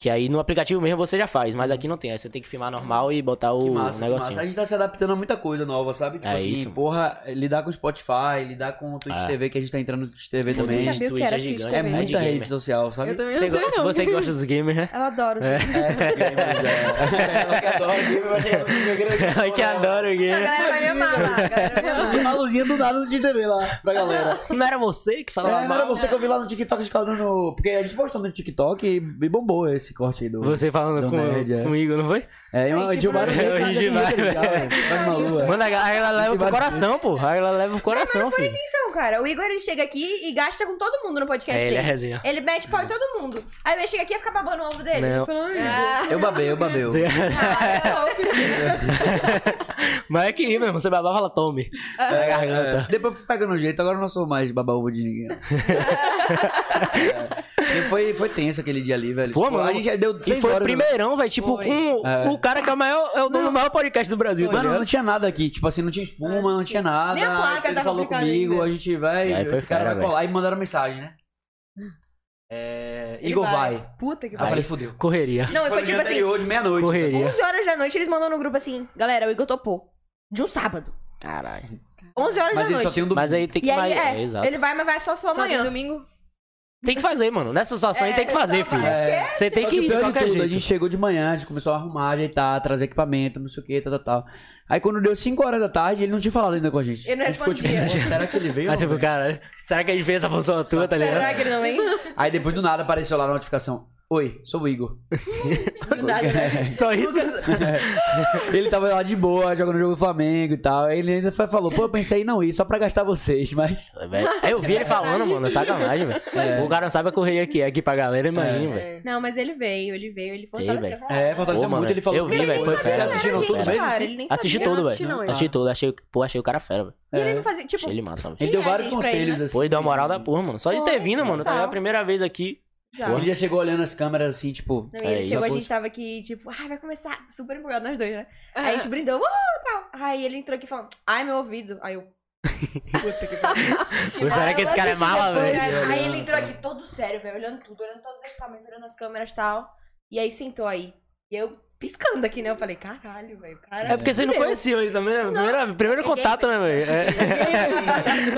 Que aí no aplicativo mesmo você já faz, mas aqui não tem. Aí você tem que filmar normal e botar o Uhum. Que massa, que negocinho. massa. A gente tá se adaptando a muita coisa nova, sabe? Tipo É assim, isso. porra, lidar com o Spotify, lidar com o Twitch É. TV, que a gente tá entrando no Twitch TV Pô, também. Twitch sabia o que Twitch era é Twitch gigante, É também. de muita gamer. rede social, sabe? Eu também Você não sei go- se não. você gosta dos gamers, né? Eu adoro. É. isso. É, porque gamers, é. Ela que adora gamer, mas é uma grande Ai, que adoro A gamer. galera vai me amar lá. A galera vai me amar. E uma luzinha do nada no Twitch TV lá, pra galera. Não era você Tá que falava É, não mal? era você né? que eu vi lá no TikTok escalando no. Porque a gente postou no TikTok e e bombou esse corte aí do. Você falando Não, com- nerd, é. comigo, não foi? É, eu, Aí, tinha vários tipo, recados aqui, original. legal, velho. Vai maluco, é. Mano, a galera- aí ela leva Tem pro vários coração, pô. Aí ela leva pro coração, filho. Então, cara, o Igor ele chega aqui e gasta com todo mundo no podcast É, ele é dele. resenha. Ele mete pau em todo mundo. Aí ele chega aqui e fica babando o ovo dele. Não. Falando, "Ai, Ah, Eu babei, eu babei. eu- ah, eu vou- Mas é que ri, mesmo. Você babava, ela tome. Na garganta. É, Depois eu fui pegando o jeito, agora eu não sou mais babar ovo de ninguém. É. E Foi, foi tenso aquele dia ali, velho. Pô, Tipo, mano, A gente deu E seis foi o horas. primeirão, velho. Tipo, Foi. com É. com o cara que é, o maior, é o dono do maior podcast do Brasil, tá Mano, ligado? não tinha nada aqui. Tipo assim, não tinha espuma, não tinha nada. Nem a placa ele tava falou aplicada comigo, ainda. a gente vai. Aí foi Esse cara fera, vai colar. Aí mandaram mensagem, né? É, Hum. Ele Igor vai. Puta que Aí eu pariu. falei, fudeu. Correria. Não, e foi o tipo dia assim, anterior, de meia-noite. Correria. 11 horas da noite eles mandam no grupo assim, galera, o Igor topou. De um sábado. Caralho. 11 horas Mas da ele só noite. tem um do... Mas aí tem que E aí, mais- é, é, exato. ele vai, mas vai só só só tem amanhã. domingo? Tem que fazer, mano. Nessa situação aí É, tem que fazer, só filho. vai. É, Você tem Só que que o ir de pior de qualquer tudo, jeito. a gente chegou de manhã, a gente começou a arrumar, ajeitar, trazer equipamento, não sei o que, tal, tal, tal. Aí quando deu 5 horas da tarde, ele não tinha falado ainda com a gente. Ele não a gente ficou tipo, respondia. "Poxa, será que ele veio? Aí você ou não fica, tipo, cara, será que a gente fez essa função tua, tá Será ligado? que ele não vem? veio?" Aí depois do nada apareceu lá na notificação. Oi, sou o Igor. Do nada, né? Só isso? Ele tava lá de boa, jogando jogo do Flamengo e tal. Aí ele ainda fa- falou, pô, eu pensei em não ir, só pra gastar vocês, mas. Aí eu vi ele falando, mano, é sacanagem, velho. O cara não sabe a correria que é aqui pra galera, imagina, velho. É. Não, mas ele veio, ele veio, ele fortaleceu. velho. com a É, Pô, fortaleceu mano, muito, ele falou. eu vi, "Pô, velho, foi Vocês fera. assistiram Era tudo gente, mesmo? é assim?" cara, Sim. ele nem Assisti sabia. Eu não tudo, assisti, não, velho. esse. Assisti tudo, achei, pô, achei o cara fera, velho. E ele não fazia, tipo, Achei ele massa, velho. Ele deu Quem é a vários gente pra ele, conselhos, né? assim. Foi, deu uma moral da porra, mano. Só de ter Foi, vindo, mano. Tá ligado? total. a primeira vez aqui. Tá. bizarro. Ele já chegou olhando as câmeras assim, tipo. Não, e É ele isso. chegou, a Foi. gente tava aqui, tipo, ai, vai começar, super empolgado nós dois, né? Aí a Ah, gente brindou, uh, tal. Aí ele entrou aqui falando, ai, meu ouvido. Aí eu. "Ah, Puta que pariu. Pô, será que esse cara é mala, Aí, velho? aí ele entrou aqui todo sério, velho, olhando tudo, olhando todos os equipamentos, olhando as câmeras e tal. E aí sentou aí. E eu piscando aqui, né? Eu falei, caralho, velho, caralho. É porque você não Meu. conhecia ele também, né? Primeira- Primeiro Ninguém- contato, né, velho? É.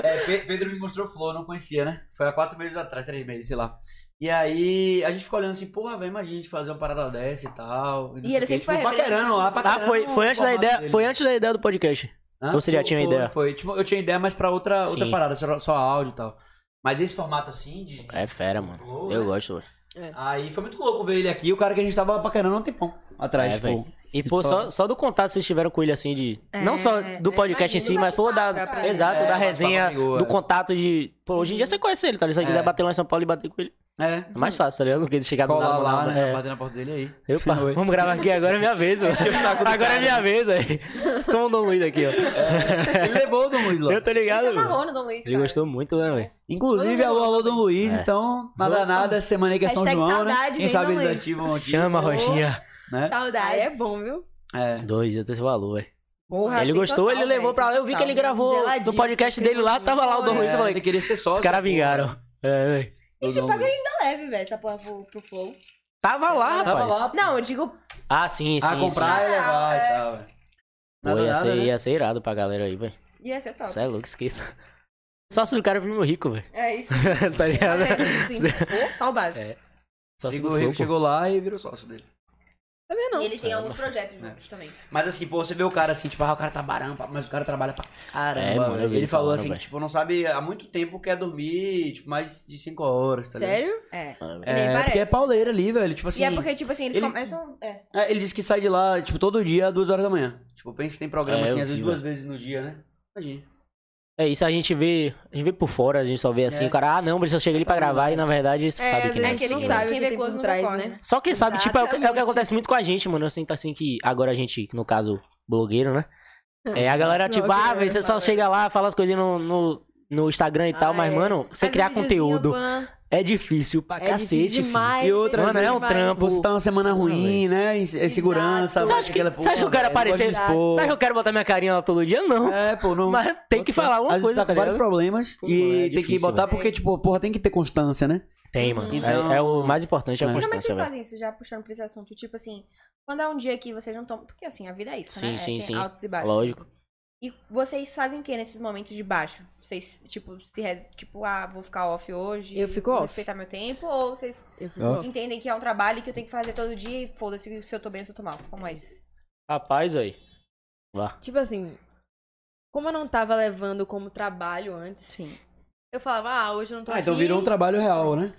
É, Pe- Pedro me mostrou Flow, eu não conhecia, né? Foi há quatro meses atrás, três meses, sei lá. E aí a gente ficou olhando assim, porra, velho, imagina a gente fazer uma parada dessa e tal. E, não E sei ele o quê, sempre foi tipo, referência. paquerando lá, Ah, paquerando. foi, foi o antes da formato ideia, dele. foi antes da ideia do podcast. Hã? Ou você já Foi- tinha foi- ideia? Foi, tipo, eu tinha ideia, mas pra outra, outra Sim. parada, só, só áudio e tal. Mas esse formato assim de. de É fera, mano. flow, Eu né? gosto. Aí foi muito louco ver ele aqui, o cara que a gente tava paquerando há um tempão atrás, É, tipo. E, pô, só, só do contato que vocês tiveram com ele, assim, de... Não só do é, podcast em si, imagina, mas, pô, da... bate-papo, cara. Exato, É, da bate-papo resenha, amigo, do é. contato de... Pô, hoje em dia você conhece ele, tá ligado? Se você É. quiser bater lá em São Paulo e bater com ele, É. é mais fácil, tá ligado? Do que chegar do Colar nada, lá, mandar- né? é. Bater na porta dele aí. Opa, Sim, oi. vamos gravar aqui, agora é minha vez, mano. Agora é minha vez, aí. Como o Dom Luiz aqui, ó. Ele levou o Dom Luiz lá. É. Eu tô Ele se é ligado, velho. amarrou no Dom Luiz, Ele cara. gostou muito, né, velho? Inclusive, Todo mundo alô, alô, Dom Luiz, É. então, nada, nada, essa semana aí que é São Hashtag João, saudade, né? Quem vem, sabe Dom eles Luiz. ativam aqui, Chama, Roxinha. né? Saudade. Aí é bom, viu? É. Dois, eu tô sem valor, velho. assim, Ele gostou, ele levou pra lá. Eu vi que ele gravou Geladinho, no podcast sem dele lá, creminho. tava lá o Dom Luiz. Eu É, falei, ele queria ser sócio. os caras pô. vingaram. É, velho. Do E se Dom paga Luiz. ele ainda leve, velho, essa porra pro, pro Flow. Tá Tava Tá lá, rapaz. Tava lá, pô. Não, eu digo, Ah, sim, sim. Ah, comprar sim. e levar e Ah, tal. velho. Sim. Pô, Nada, ia, nada, ser, né? ia ser irado pra galera aí, velho. ia ser top. Isso é louco, esqueça. Sócio do cara é primo rico, velho. É isso. tá ligado? É, sim. Só o básico. É. Sócio Igor do Rico Flow, pô. chegou lá e virou sócio dele. Sabia não. E eles têm alguns projetos juntos também. Mas assim, pô, você vê o cara assim, tipo, ah, o cara tá barão, pá, mas o cara trabalha pra caramba. É, mano, eu vi ele ele falou falando, assim, que, velho. tipo, não sabe há muito tempo quer dormir, tipo, mais de 5 horas, tá ligado? Sério? É. Nem É, parece. porque é pauleira ali, velho. Tipo assim, e é porque, tipo assim, eles ele- começam. É. é, ele diz que sai de lá, tipo, todo dia às 2 horas da manhã. Tipo, pensa que tem programa É, assim, eu às vezes vi, duas vezes no dia, né? Imagina. É isso, a gente vê. A gente vê por fora, a gente só vê assim, É. o cara, ah não, mas só chega ali pra gravar e na verdade você É, sabe que às É não. vezes aquele não que sabe o quem que vê tem por coisa não trás, decorre, né? né? Só quem sabe, tipo, é o, que- é o que Exatamente. acontece muito com a gente, mano. Eu sinto assim que agora a gente, no caso, blogueiro, né? É, a galera, tipo, ah, Blogueiro, velho, você só fala. chega lá, fala as coisinhas no, no, no Instagram e tal, Ah, mas, é. mano, você Faz um criar videozinho, conteúdo pã. é difícil pra É cacete. difícil filho. demais. E outra, difícil Mano, é um demais. trampo. Você tá numa semana ruim, né? E, e segurança, Você acha que, aquela você acha que eu quero porra, velho, aparecer? eu gosto de expor. Você acha que eu quero botar minha carinha lá todo dia? Não. É, pô, não. Mas tem que falar Às uma vezes coisa, tá tá com vários ligado? problemas Pô, mano, e é tem que difícil, botar velho. porque, tipo, porra, tem que ter constância, né? Tem, mano. Então- É, é o mais importante, é né? É. a E como é que constância, vocês velho. fazem isso, já puxando pra esse assunto? Tipo assim, quando há um dia que vocês não estão. Porque assim, a vida é isso, Sim, né? É, sim, tem sim. Altos e baixos. Lógico. E vocês fazem o que nesses momentos de baixo? Vocês, tipo, se res... tipo, ah, vou ficar off hoje. Eu fico vou off. respeitar meu tempo? Ou vocês Eu fui Ó. pro- entendem que é um trabalho que eu tenho que fazer todo dia e foda-se se eu tô bem ou se eu tô mal? Como é isso? Rapaz, velho. Vá. Tipo assim, como eu não tava levando como trabalho antes, Sim. eu falava, ah, hoje eu não tô Ah, então afim. virou um trabalho real, né?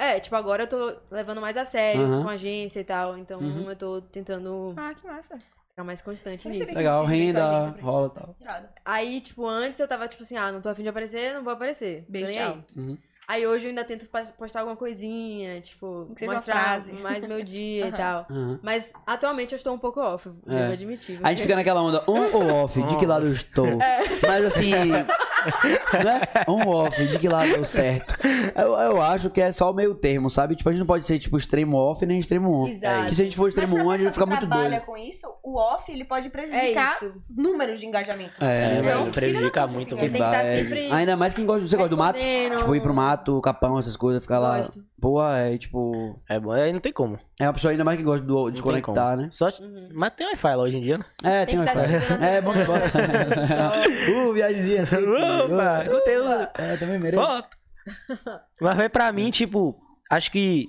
É, tipo, agora eu tô levando mais a sério, Aham. tô com agência e tal, então Uhum. eu tô tentando Ah, que massa. ficar mais constante Eu não nisso. sabia Legal, sentido, tem renda, agência pra rola e tal. Irado. Aí, tipo, antes eu tava tipo assim, ah, não tô afim de aparecer, não vou aparecer. Beijo, tô nem tchau. aí. Uhum. Aí hoje eu ainda tento pa- postar alguma coisinha, tipo, Que seja uma mostrar frase. mais meu dia e Aham. tal. Aham. Mas atualmente eu estou um pouco off, eu É. devo admitir. A gente fica naquela onda, um on ou Um off, de que lado eu estou? É. Mas assim, né? On ou off, de que lado eu certo? Eu, eu acho que é só o meio termo, sabe? Tipo, a gente não pode ser tipo extremo off nem extremo on. Exato. Que se é a gente for extremo on, a gente vai ficar muito trabalha doido. com isso, o off ele pode É prejudicar isso. números de engajamento. É, É, Isso é um velho. filho Prejudica da puta, muito, assim, Você tem velho. que estar Vai. sempre. Ainda mais quem gosta, você gosta do mato? respondendo. Tipo, ir pro mato, capão, essas coisas, ficar lá. Gosto. Porra, é tipo. É bom, aí não tem como. Não É uma pessoa ainda mais que gosta do, de tem conectar, como. né? Só... Uhum. Mas tem Wi-Fi lá hoje em dia, né? É, tem, Tem que uma estar sempre prestando É, bom que atenção, gosta. prestando atenção. uh, viagemzinha. tem que- Opa, conteúdo. É, também mereço. Foto. Mas vai pra É. mim, tipo, acho que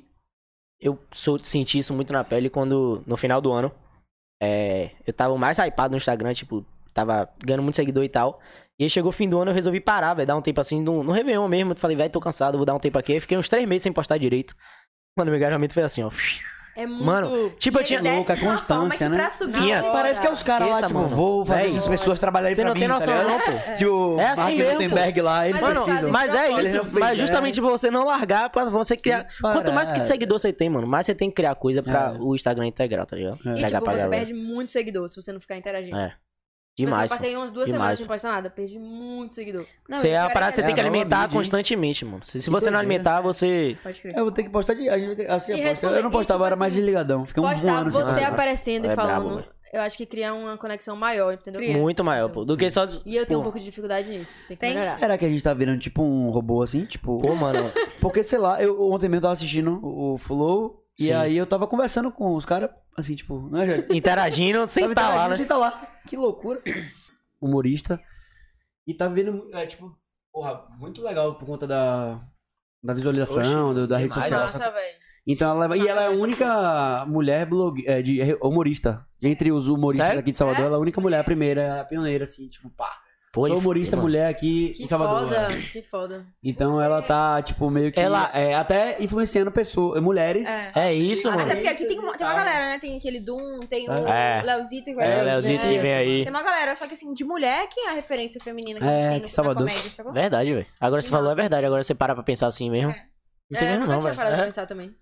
eu sou- senti isso muito na pele quando, no final do ano, é, eu tava mais hypado no Instagram, tipo, tava ganhando muito seguidor e tal. E aí chegou o fim do ano, eu resolvi parar, velho, dar um tempo assim, no, no Réveillon mesmo. Eu falei, velho, tô cansado, vou dar um tempo aqui. Aí fiquei uns três meses sem postar direito. Mano, meu engajamento foi assim, ó. É muito. Mano, tipo, eu Ele tinha. desce louca, de uma forma constância, que né? Pra subir, Tinha. assim, Parece que é os caras lá, Esqueça, tipo, mano. vou fazer Véi. essas pessoas trabalharem Você pra não mim, tem noção, tá ligado? não, pô. Se o É assim Mark mesmo. Zuckerberg lá, eles Mas Mano, precisam. mas é propósito. isso. Ele não fez, Mas justamente pra você não largar a plataforma, você criar. parar. Quanto mais que seguidor você tem, mano, mais você tem que criar coisa pra É. o Instagram integral, tá ligado? É. E Entregar tipo, pra você galera. perde muito seguidor se você não ficar interagindo. É. Tipo, assim, Demais. eu passei umas duas Demais, semanas pô. sem postar nada, perdi muito seguidor. Não, Você e é o a cara parada que você quer- tem que É, não, alimentar mídia, hein? constantemente, mano. Se, se Que você doideira. não alimentar, você. Pode crer. É, Eu vou ter que postar de. A gente vai ter- assim, E eu, posto. responder- eu não e, postava, tipo era mais assim, desligadão. Fiquei um, um postar ano sem você postar. aparecendo É e brabo, falando, velho. eu acho que cria uma conexão maior, entendeu? Cria. Muito maior, pô. Do que só. E eu tenho um pô. pouco de dificuldade nisso, tem que Tem. melhorar. Será que a gente tá virando tipo um robô assim? Tipo. Pô, mano. Porque, sei lá, eu ontem mesmo tava assistindo o Flow. E Sim. aí eu tava conversando com os caras, assim, tipo, né, gente? Interagindo sem Tava tá lá, interagindo né? sem tá lá. Que loucura. Humorista. E tá vendo, é, tipo, porra, muito legal por conta da, da visualização, Oxi, do- da rede demais, social. Nossa, velho. Então ela leva- E Nossa, ela é a dessas única mulher blog, é, de re- humorista. Entre os humoristas Sério? aqui de Salvador, É? ela é a única mulher, a primeira, a pioneira, assim, tipo, pá. Pô, Sou ele- humorista mano, mulher aqui em Que Salvador. foda, que foda. Então ela tá, tipo, meio que. Ela- é, até influenciando pessoas, mulheres. É isso, Até Até mano. porque aqui tem uma, tem Ah. uma galera, né? Tem aquele Doom, tem o É. Leozito e É, Leozito que vem aí. Tem uma galera, só que assim, de mulher, quem é a referência feminina que a É, gente tem que na Salvador. comédia, sacou? Verdade, velho. Agora você falou, é Nossa. verdade. Agora você para pra pensar assim mesmo. É. Não tem né? É, eu mesmo, nunca não, tinha velho. parado pra É. pensar também.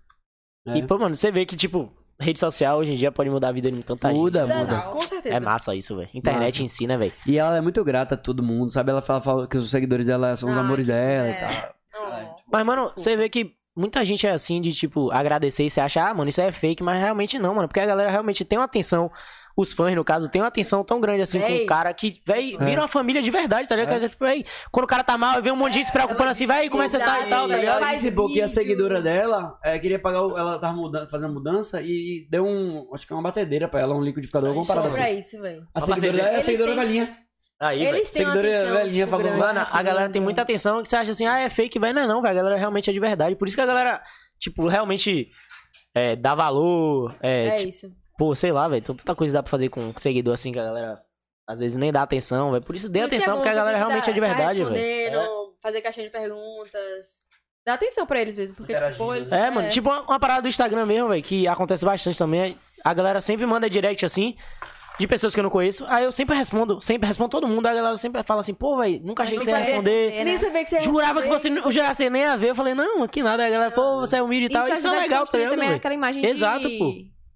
É. E, pô, mano, você vê que, tipo, rede social hoje em dia pode mudar a vida de um tanta Muda, gente. Dá- muda. dá, Com certeza. É massa isso, velho. Internet Massa. ensina, velho. E ela é muito grata a todo mundo, sabe? Ela fala, fala que os seguidores dela são os Ah, amores dela e é. tal. tipo, Oh. Mas, mano, você vê que muita gente é assim de, tipo, agradecer e você acha, ah, mano, isso é fake, mas realmente não, mano. Porque a galera realmente tem uma atenção, os fãs, no caso, tem uma atenção tão grande assim com Véi. o cara que, véi, vira uma família de verdade, tá ligado? Que, tipo, véi, quando o cara tá mal, vê um monte de gente se preocupando assim, véi, como é que você tá e tal, tá Verdade, ligado? véi. Ela Faz disse pô, que a vídeo. seguidora dela é, queria pagar. o- Ela tava muda- fazendo mudança e deu um. Acho que é uma batedeira pra ela, um liquidificador, alguma Isso, parada Pra assim. isso, velho. A Uma seguidora batedeira. dela é a Eles seguidora têm- velhinha. Aí, véi. Eles têm uma Seguidora atenção, velhinha tipo, falou, grande. Mano, a galera tem muita atenção que você acha assim, ah, é fake, vai, não é não, velho. A galera realmente é de verdade. Por isso que a galera, tipo, realmente é, dá valor. É, É tipo, isso. pô, sei lá, velho. tem Tanta coisa dá pra fazer com seguidor assim que a galera às vezes nem dá atenção, velho. Por isso dê Por isso que é atenção, bom porque a você galera sempre realmente tá- é de tá verdade, respondendo, velho. Fazer caixinha de perguntas. Dá atenção pra eles mesmo, porque, Interagindo, né? tipo, pô, eles... É, mano, tipo uma, uma parada do Instagram mesmo, velho, que acontece bastante também. é, A galera sempre manda direct assim. De pessoas que eu não conheço, aí eu sempre respondo, sempre respondo todo mundo, aí a galera sempre fala assim, pô, velho, nunca achei que não você ia sabia. responder. É, Nem sabia que você ia Jurava que responder. você não- eu já você nem ia ver. Eu falei, não, que nada. A galera, pô, você é humilde e tal. Isso é legal, tá também ligado, velho? aquela imagem de- Exato, pô.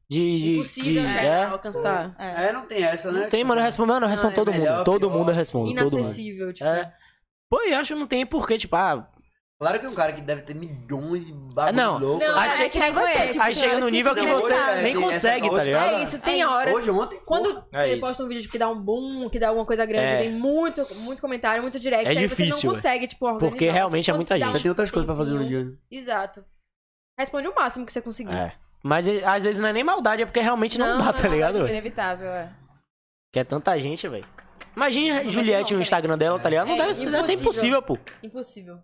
De, de, Impossível de- chegar, é. alcançar. É. É, não tem essa, né? Não tem, mano. Eu respondo, mano, eu respondo é todo mundo. melhor, todo pior. mundo eu respondo. Todo mundo. Inacessível, tipo. É. Pô, eu acho que não tem porquê, tipo, ah. Claro que é um cara que deve ter milhões de bagulho Não. louco. Não, Achei é que nem você. tipo, Aí chega tem no horas nível que fica você nervosa. nem é Essa consegue, tá hoje tá- ligado? É isso, tem É isso. horas... Hoje, ontem. Quando É você isso. posta um vídeo tipo, que dá um boom, que dá alguma coisa grande, É. tem muito, muito comentário, muito direct, É aí você difícil, não consegue, tipo, organizar. Porque realmente é Quando muita dá gente. Você tem outras coisas pra fazer no tempinho- dia. né? Exato. Responde o máximo que você conseguir. É. Mas eh, às vezes não é nem maldade, é porque realmente não, Não, dá, não é tá ligado, velho? Inevitável, é. Que é tanta gente, velho. Imagina Não Juliette vai no não, Instagram dela, tá ligado? Não É deve, deve ser impossível. impossível, pô. Impossível.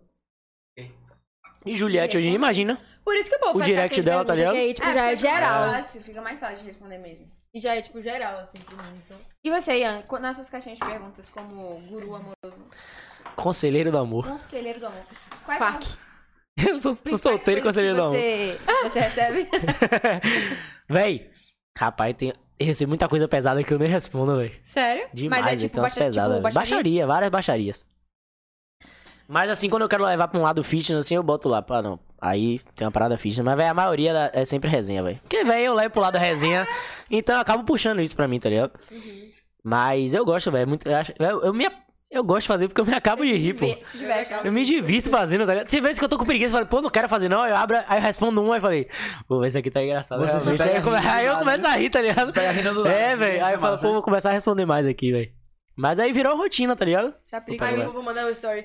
E Juliette hoje, imagina. Por isso que o povo O faz direct caixinha de dela, tá pergunta, ligado? que aí, tipo, já é fica mais geral. fácil, fica mais fácil de responder mesmo. E já é, tipo, geral, assim, pro mundo. Então, E você, Ian, qu- nas suas caixinhas de perguntas, como guru amoroso, Conselheiro do amor. conselheiro do amor, quais são Fuck. as Eu sou, sou principais solteiro e coisas conselheiro que do amor. você, você recebe? Véi, rapaz, tem... eu recebo muita coisa pesada que eu nem respondo, véi. Sério? Demais, Mas é véi, tipo, tem umas baixa, pesadas. tipo véi. baixaria. baixaria, várias baixarias. Mas assim, quando eu quero levar pra um lado fitness, assim, eu boto lá. Pá, não. Aí tem uma parada fitness. Mas, véi, a maioria da- é sempre resenha, véi. Porque, véi, eu levo pro lado da resenha. Então eu acabo puxando isso pra mim, tá ligado? Uhum. Mas eu gosto, véi. Muito... Eu, acho- véi, eu, me... eu gosto de fazer porque eu me acabo de rir, pô. Vê- Se né? tiver, Eu me divirto fazendo, tá ligado? Tem vezes que eu tô com preguiça, eu falo, pô, não quero fazer não, aí eu abro, aí eu respondo um, aí eu falei, pô, esse aqui tá engraçado. Você se realmente. pega aí, eu come- rindo do aí eu nada, começo a rir, tá ligado? Você pega rindo do lado, É, assim, velho. isso Aí é eu falo, massa, pô, né? vou começar a responder mais aqui, velho. Mas aí virou rotina, tá ligado? se aplica. aí Vai. o povo manda uma story.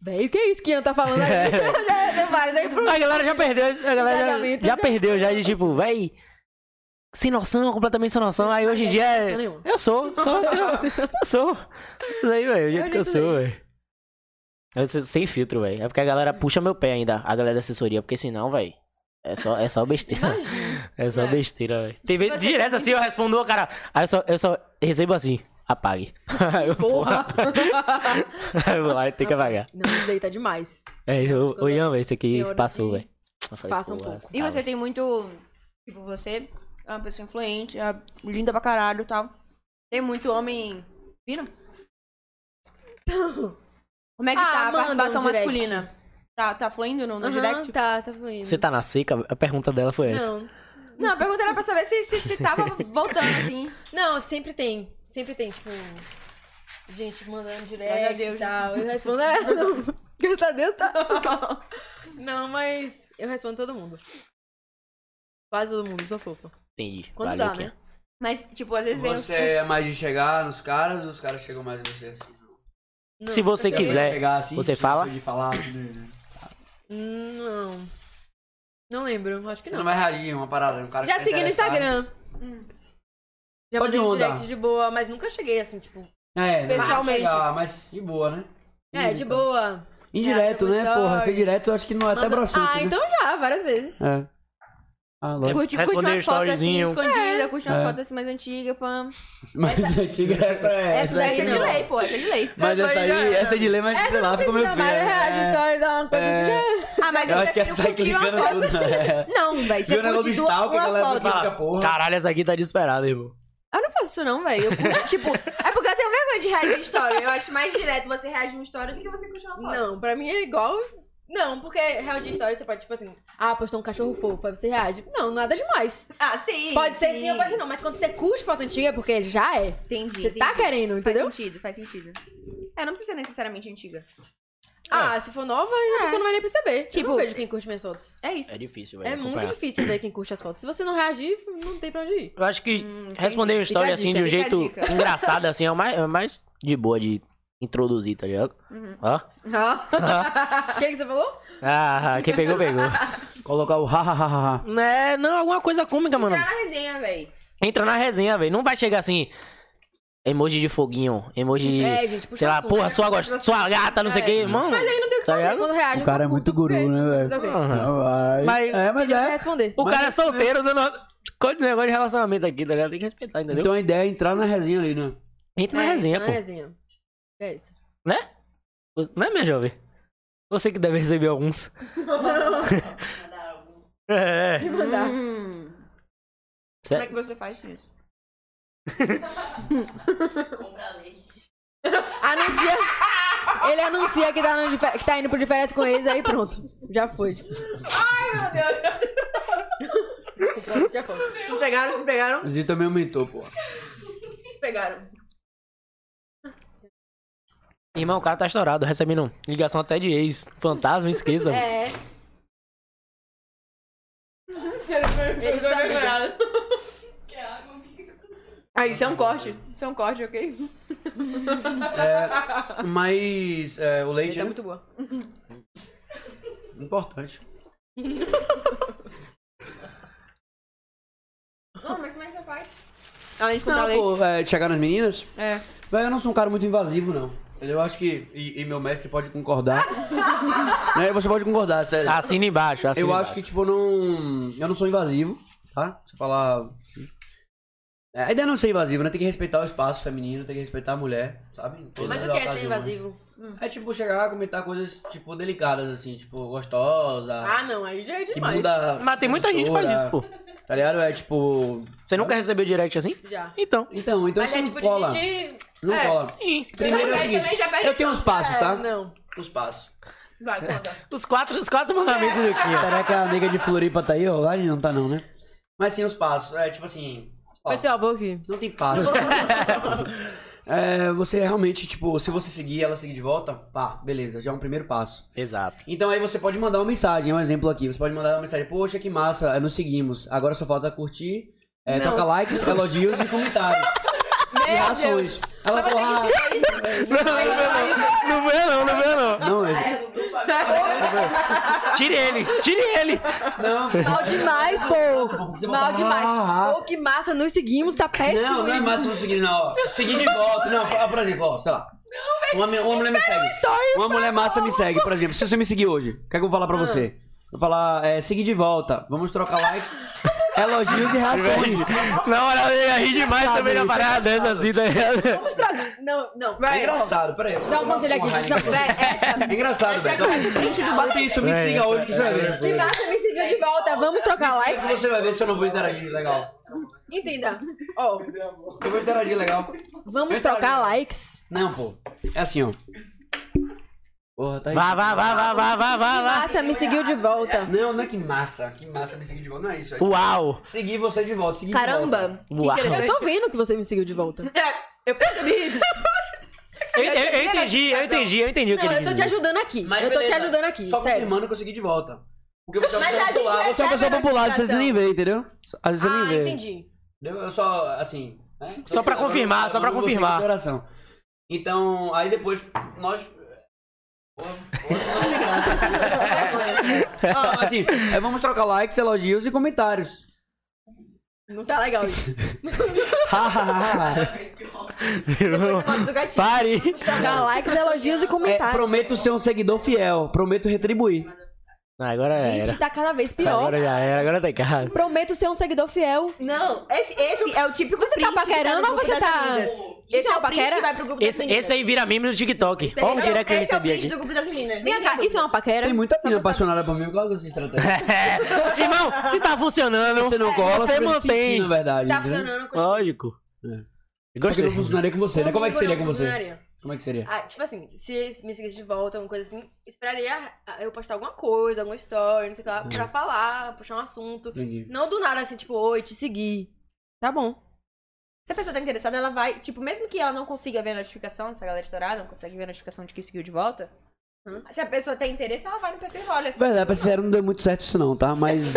Bem, o que é isso que Ian tá falando aí? Tem vários aí pro... A galera já perdeu, a galera já, Engajamento já já- perdeu, já de tipo, véi. Sem noção, completamente sem noção. Aí hoje em dia Sem é. noção nenhuma. Eu sou, sou, eu sou. Isso aí, velho, o jeito o que eu jeito sou, dele. velho. Eu sou Sem filtro, velho. É porque a galera puxa meu pé ainda, a galera da assessoria, porque senão, velho. É só, é só besteira. Imagina. É só É. besteira, velho. Tem vezes Você direto também- assim, eu respondo, o cara. Aí eu só, eu só recebo assim, apague. Aí eu, Porra. Aí eu vou lá e tem que apagar. Não, isso daí tá demais. É, eu, o Ian, velho, esse Tem aqui horas passou, que velho. Eu falei, passa um pô, pouco. E tá, você tem muito. Tipo, você é uma pessoa influente, é linda pra caralho e tal. Tem muito homem. Viram? Como é que Ah, tá a manda um participação direct. masculina? Tá, tá fluindo no, no Aham, direct? tá, tá fluindo. Você tá na seca? A pergunta dela foi essa. Não. Não, a pergunta era pra saber se, se, se tava voltando assim. Não, sempre tem. Sempre tem, tipo. Gente mandando Graças a direct Deus. e tal. Eu respondo. É, não. Graças a Deus, tá. Não, mas eu respondo todo mundo. Quase todo mundo, sou fofa. Entendi. Quando Valeu, dá, Kim. né? Mas, tipo, às vezes vem os. Você é mais de chegar nos caras, os caras chegam mais em você assim. Não, Se você eu- quiser. chegar assim, é. você tipo, fala? De falar, assim, né? Não. Não lembro, acho que Você não. não vai reagir, uma parada. Um cara Já que tá segui no interessado. Instagram. Hum. Já Só de mandei um onda. direct de boa, mas nunca cheguei assim, tipo. É, não vai Pessoalmente. chegar, mas de boa, né? É, Ih, de tá. boa. Indireto, React né? no Porra, ser story. direto eu acho que não é até Manda- broxante. Ah, né? então já, várias vezes. É. Ah, lógico. Curti, curti Responder umas fotos assim, storyzinho. escondidas, curti É. umas fotos assim mais antigas, pam. Mas antiga, essa é. essa daí Essa é de não. lei, pô, essa é de lei. Mas essa aí, essa é de ler, mas sei lá, ficou meio né? É. Precisa feio. mais reage story, dá uma coisa assim. Ah, mas eu, Eu acho que essa prefiro sai curtir uma clicando foto. tudo. é. Não, velho, Viu você o negócio do curte duas, stalker, a uma galera foto. fica, porra. Caralho, essa aqui tá desesperada, irmão. Eu não faço isso não, velho. Eu curto, tipo... É porque eu tenho vergonha de reagir em história. Eu acho mais direto você reagir em história do que você curtir uma foto. Não, pra mim é igual. Não, porque reagir história você pode, tipo assim, ah, postou um cachorro fofo, aí você reage. Não, nada demais. Ah, sim. Pode ser sim ou pode ser não, mas quando você curte foto antiga é porque já é. Entendi, Você tá entendi. querendo, entendeu? Faz sentido, faz sentido. É, não precisa ser necessariamente antiga. Ah, se for nova, a pessoa não vai nem perceber. Tipo, eu não É. Tipo- vejo quem curte minhas fotos. É isso. É difícil, velho. É muito difícil ver quem curte as fotos. Se você não reagir, não tem pra onde ir. Eu acho que Hum, responder uma Fica a história assim dica, de um fica a jeito dica. engraçado, assim, é o mais, é o mais de boa de introduzir, tá ligado? Uhum. Ó. É. Ah, O que, que você falou? Ah, quem pegou, pegou. Colocar o ha ha ha, ha ha. É, não, alguma coisa cômica, mano. Tá na resenha, véi. Entra na resenha, velho. Não vai chegar assim. Emoji de foguinho, emoji de. É, gente, puxa sei lá, assunto, porra, né? sua, gost... sua gata, não sei o É. que, mano. Mas aí não tem o que Tá fazer. ligado? Quando reage, O cara é muito guru, né, velho? velho? Aham. Mas, Mas- é, mas Tem que é. responder. O Mas cara é é- solteiro, dando. Quanto negócio de relacionamento aqui, tá ligado? Tem que respeitar, entendeu? Então a ideia é entrar na resinha ali, né? Entra na É, resenha, na pô. resenha. É isso. Não é, minha jovem? Você que deve receber alguns. É, é. E mandar. Hum. Como é Cê- que você faz isso? Anuncia. Ele anuncia que tá, no dife- que tá indo pro diferença com eles, aí pronto. Já foi. Ai, meu Deus. Já foi. Vocês pegaram, vocês pegaram? Zito também aumentou, pô. Vocês pegaram. Irmão, o cara tá estourado, recebendo ligação até de ex. Fantasma, esqueça. mano. É. Ele não sabe né, já. Ah, isso é um corte. Isso é um corte, ok? É, mas é, o leite Ele tá é muito boa. importante. Não, mas como é que você faz? Além de comprar Não, leite. pô, é, de chegar nas meninas. É. Velho, eu não sou um cara muito invasivo, não. Eu acho que. E, e meu mestre pode concordar. né? Você pode concordar, sério. Assina embaixo, assina eu acho que, tipo, eu não. Eu não sou invasivo, tá? Você falar. É, a ideia é não ser invasivo, né? Tem que respeitar o espaço feminino, tem que respeitar a mulher, sabe? Em todas Mas as o que é ser ocasiões. invasivo? É tipo chegar a comentar coisas, tipo, delicadas, assim, tipo, gostosa. Ah, não, aí já é que demais. muda. Mas tem muita gente que faz isso, pô. Tá ligado? É tipo. Você nunca recebeu direct assim? Já. Então. Então, então Mas você é não tipo cola. de gente. Não é, cola. Sim. Primeiro é o Mas aí também seguinte, já perde eu tenho a uns chance. passos, É, tá? Não. Os passos. Vai, conta. Os quatro, os quatro mandamentos do Ah. Kim. Será que a nega de Floripa tá aí online? Não tá não, né? Mas sim, os passos. É tipo assim. ó, Foi seu avô aqui. não tem passo. É, você realmente, tipo, se você seguir ela seguir de volta, pá, beleza, já é um primeiro passo. Exato. Então aí você pode mandar uma mensagem, é um exemplo aqui. Você pode mandar uma mensagem, poxa, que massa, é, nos seguimos. Agora só falta curtir, é, Não. toca likes, elogios e comentários. e reações. Ela falou, ah, Não, não, não, não. Não vê não, não vê não. não, é, eu- Tire ele, tire ele. não, Mal demais, pô. Você Mal botar, demais. ah, ah. Pô, que massa, nos seguimos, tá péssimo Não, não é isso. máximo seguir, não. Ó. Seguir de volta. Não, ó, por exemplo, ó, sei lá. Uma, me- uma mulher me segue. Uma mulher massa me segue, por exemplo. Se você me seguir hoje, o que, é que eu vou Ah. falar pra você? Eu vou falar, é, seguir de volta. Vamos trocar likes, elogios e É reações. Na moral, eu ia rir demais Engraçado também na isso, parada dessa assim, tá ligado? Vamos trocar. Não, não. É engraçado, peraí. Dá um conselho aqui, gente. Não, véi, essa. É engraçado, Essa é velho. Então, Faça isso, me É, siga essa hoje que você vai ver. Que massa, me seguiu de volta. Vamos trocar Como é que likes? você vai ver se eu não vou interagir legal? Entenda. Ó, Eu vou interagir legal. vamos trocar likes. Não, pô. É assim, ó. Porra, tá aí. Vá, vá, vá, vá, vá, vá, vá, vá. Massa, me seguiu de volta. Não, não é que massa. Que massa me seguir de volta. Não é isso. É Uau. seguir você de volta. Seguir De volta. Caramba. Que Uau. Eu interessante. tô vendo que você me seguiu de volta. É, eu percebi. Eu, eu- eu entendi, eu entendi, eu entendi o que Não, ele eu tô disse. te ajudando aqui. Mas Eu tô te beleza, ajudando aqui, Só sério. confirmando que eu segui de volta. Porque você é uma Mas a pessoa gente popular, você é uma recebe pessoa a popular, às vezes você nem vê, entendeu? Às vezes você Ah, nem vê. entendi. Entendeu? Eu só, assim. né? Só pra Eu não- confirmar, eu só pra não vou seguir confirmar. consideração. Então, aí depois nós. Porra, porra, não, assim, é, vamos trocar likes, elogios e comentários. Não tá legal isso. É, Ha, ha, ha, ha. Depois eu volto do gatinho. Pare! Trocar likes, elogios e É, comentários. prometo ser um seguidor fiel, prometo retribuir. Não, agora É, já Gente, era. tá cada vez pior. Agora já era, agora tá errado. Prometo ser um seguidor fiel. Não, esse, esse é o típico Você tá print que paquerando no ou grupo das você tá- Amigas. Então, Esse é o print paquera- que vai pro grupo das Esse, tá meninas. esse aí vira meme do TikTok. Esse aí- Olha o direct que eu Esse é o recebi print aqui. do grupo das meninas. Vem cá, Ninguém isso é uma paquera? Tem muita Só menina pra saber. apaixonada por mim por causa dessa estratégia. Irmão, se tá funcionando, É, Você não tá cola, você pra ele mantém. sentir, na verdade. Tá entendeu? funcionando com Lógico. É. Só que Gostei. não funcionaria com você, né? Como é que Comigo seria não com você? funcionaria. Como é que seria? Ah, tipo assim, se me seguisse de volta, alguma coisa assim, esperaria ah, eu postar alguma coisa, alguma story, não sei o que lá, Hum. pra falar, puxar um assunto. Entendi. Não do nada assim, tipo, oi, te segui. Tá bom. Se a pessoa tá interessada, ela vai. Tipo, mesmo que ela não consiga ver a notificação, se a galera estourar, não consegue ver a notificação de que seguiu de volta. Hum. Se a pessoa tem interesse, ela vai no perfil e olha. assim, Verdade, pra ser sincero, não deu muito certo isso não, tá? Mas.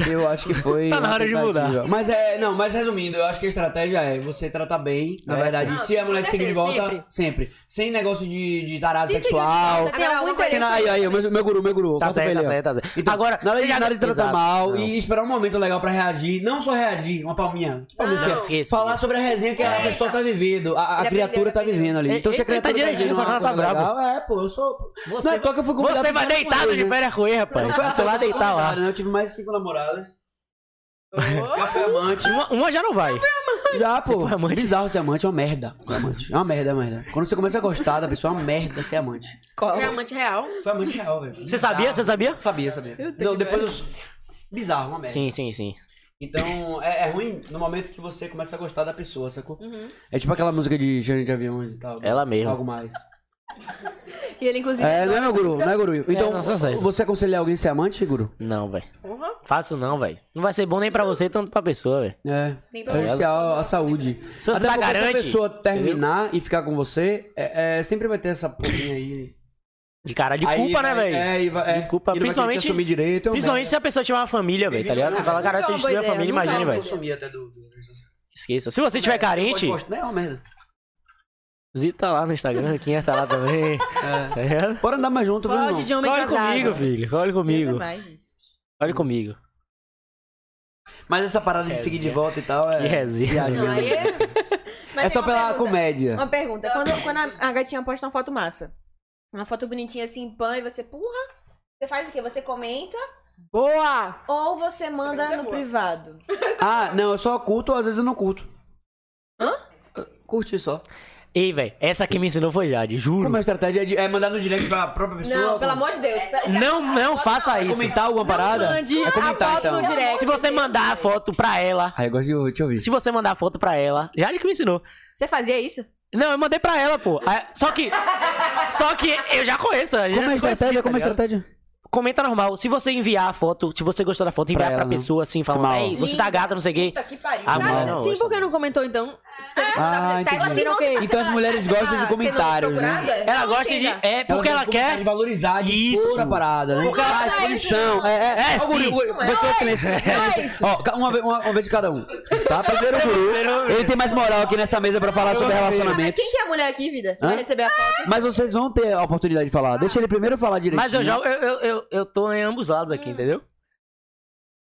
é, eu acho que foi. Tá na uma hora de tentativa. mudar. Mas é. Não, mas resumindo, eu acho que a estratégia é você tratar bem. Na É. verdade, Não, se a com mulher te seguir de certeza, volta, sempre. Sem negócio de, de tarado Se seguir de sexual. volta, tem Agora, algum uma coisa- interesse. Sem nada- Aí, aí, o meu, meu guru, meu guru. corta Tá pra certo, ele, tá ó. certo, tá certo. Então, Agora, nada você de, já- nada de tratar Exato, mal não. e esperar um momento legal pra reagir. Não só reagir, uma palminha. Que palminha Não. que é? Esqueci. Falar sobre a resenha que a É, pessoa então. tá vivendo, a, a Ele criatura aprendeu, tá aprendeu. vivendo ali. Ele- Então se a ele tá criatura tá direitinho, vivendo só que uma ela tá coisa brava. legal, é, pô, eu sou... Você- Não é à toa que eu fui convidado pra Você vai ficar com deitado ele, de né? férias com ele, Foi rapaz. Você assim, vai deitar lá. Cara, né? Eu tive mais cinco namoradas. Ô, Já fui amante. Uma, uma já não vai. Já, pô. foi amante. Bizarro ser amante é uma merda. Ser amante. É uma merda, é uma merda. Quando você começa a gostar da pessoa, é uma merda ser amante. é amante real. Foi amante real, velho. Você sabia? Você sabia? Sabia, sabia. Não, depois eu... Bizarro, uma merda. Sim, sim, sim. Então, é, é ruim no momento que você começa a gostar da pessoa, sacou? Uhum. É tipo aquela música de Jane de Avião e tal. né? Ela mesma. Algo mais. E ele, inclusive, É, não é adora meu essa guru, não é guru. Então, não, só sei. você aconselha alguém a ser amante, guru? Não, velho. Porra. Faço não, velho. Não vai ser bom nem pra você, tanto pra pessoa, velho. É. Tem É problema. essencial a saúde. Se você Até tá porque se a garante pessoa terminar e ficar com você, é, é, sempre vai ter essa porrinha aí. de cara de Aí culpa, né, vai- velho? É, e vai- é, De e culpa, não vai querer te principalmente- assumir direito. é um Principalmente se a pessoa tiver uma família, velho, tá ligado? Você fala, caralho, Nunca você é destruiu uma a boa família, ideia, imagina, nunca é merda. velho. uma Sumir até do- do- Esqueça. Se você tiver carente, Pode postar- É uma merda. Zito tá lá no Instagram, Quinha tá lá também. É. Tá ligado? Bora andar mais junto, vamos. Foge não. de homem Olha casado. comigo, filho. Olha comigo. mais isso. Olha comigo. Mas essa parada de seguir de volta e tal é. Que resenha. viagem Não, mesmo. aí é... Mas É só tem uma pela pergunta. comédia. Uma pergunta. Quando, quando a, a gatinha posta uma foto massa, uma foto bonitinha assim, pan, e você, porra, você faz o quê? Você comenta Boa! ou você manda pergunta é no boa. privado? Ah, não, eu só curto, às vezes eu não curto. Hã? Curti só. Ei, velho, essa que me ensinou foi Jade, juro. Como a estratégia é, de- é mandar no direct pra própria pessoa? Não, pelo amor de Deus. É, pera- Não, não faça isso. Comentar alguma parada? mande é a comentar, foto então. no direct. Se você mandar a foto pra ela, Ah, eu gosto de te ouvir. se você mandar a foto pra ela, Jade que me ensinou. Você fazia isso? Não, eu mandei pra ela, pô. Aí- Só que. Só que eu já conheço. a gente Como já é a se conhecia, estratégia? tá Como é a ligado? estratégia? Comenta normal. Se você enviar a foto, se você gostou da foto, enviar pra, ela, né? pessoa assim, Mal. falar, ei, você tá gata, não sei o quê. Puta que pariu. Ah, Cara, não, sim, hoje porque não comentou então? Ah, tá entendi. Tipo dizendo o quê? assim, Então as mulheres gostam de comentários, né? Procurada? Ela Não, gosta de. filha. É, porque ela um De quer. valorizar, de Isso. expor a parada, né? Porque ela Ah, faz exposição. É, é, É, Ó, guri, sim. guri, vai ser silêncio. silêncio. Ó, ca- uma, vez- uma, uma vez de cada um. Tá? Primeiro o guru. Ele tem mais moral aqui nessa mesa pra falar sobre Ah, mas relacionamento. quem que é a mulher aqui, vida? Que Hã? vai receber a foto? Mas vocês vão ter a oportunidade de falar. Deixa ele primeiro falar direitinho. É, Mas eu já. Eu, eu, eu, eu tô em ambos lados aqui, entendeu?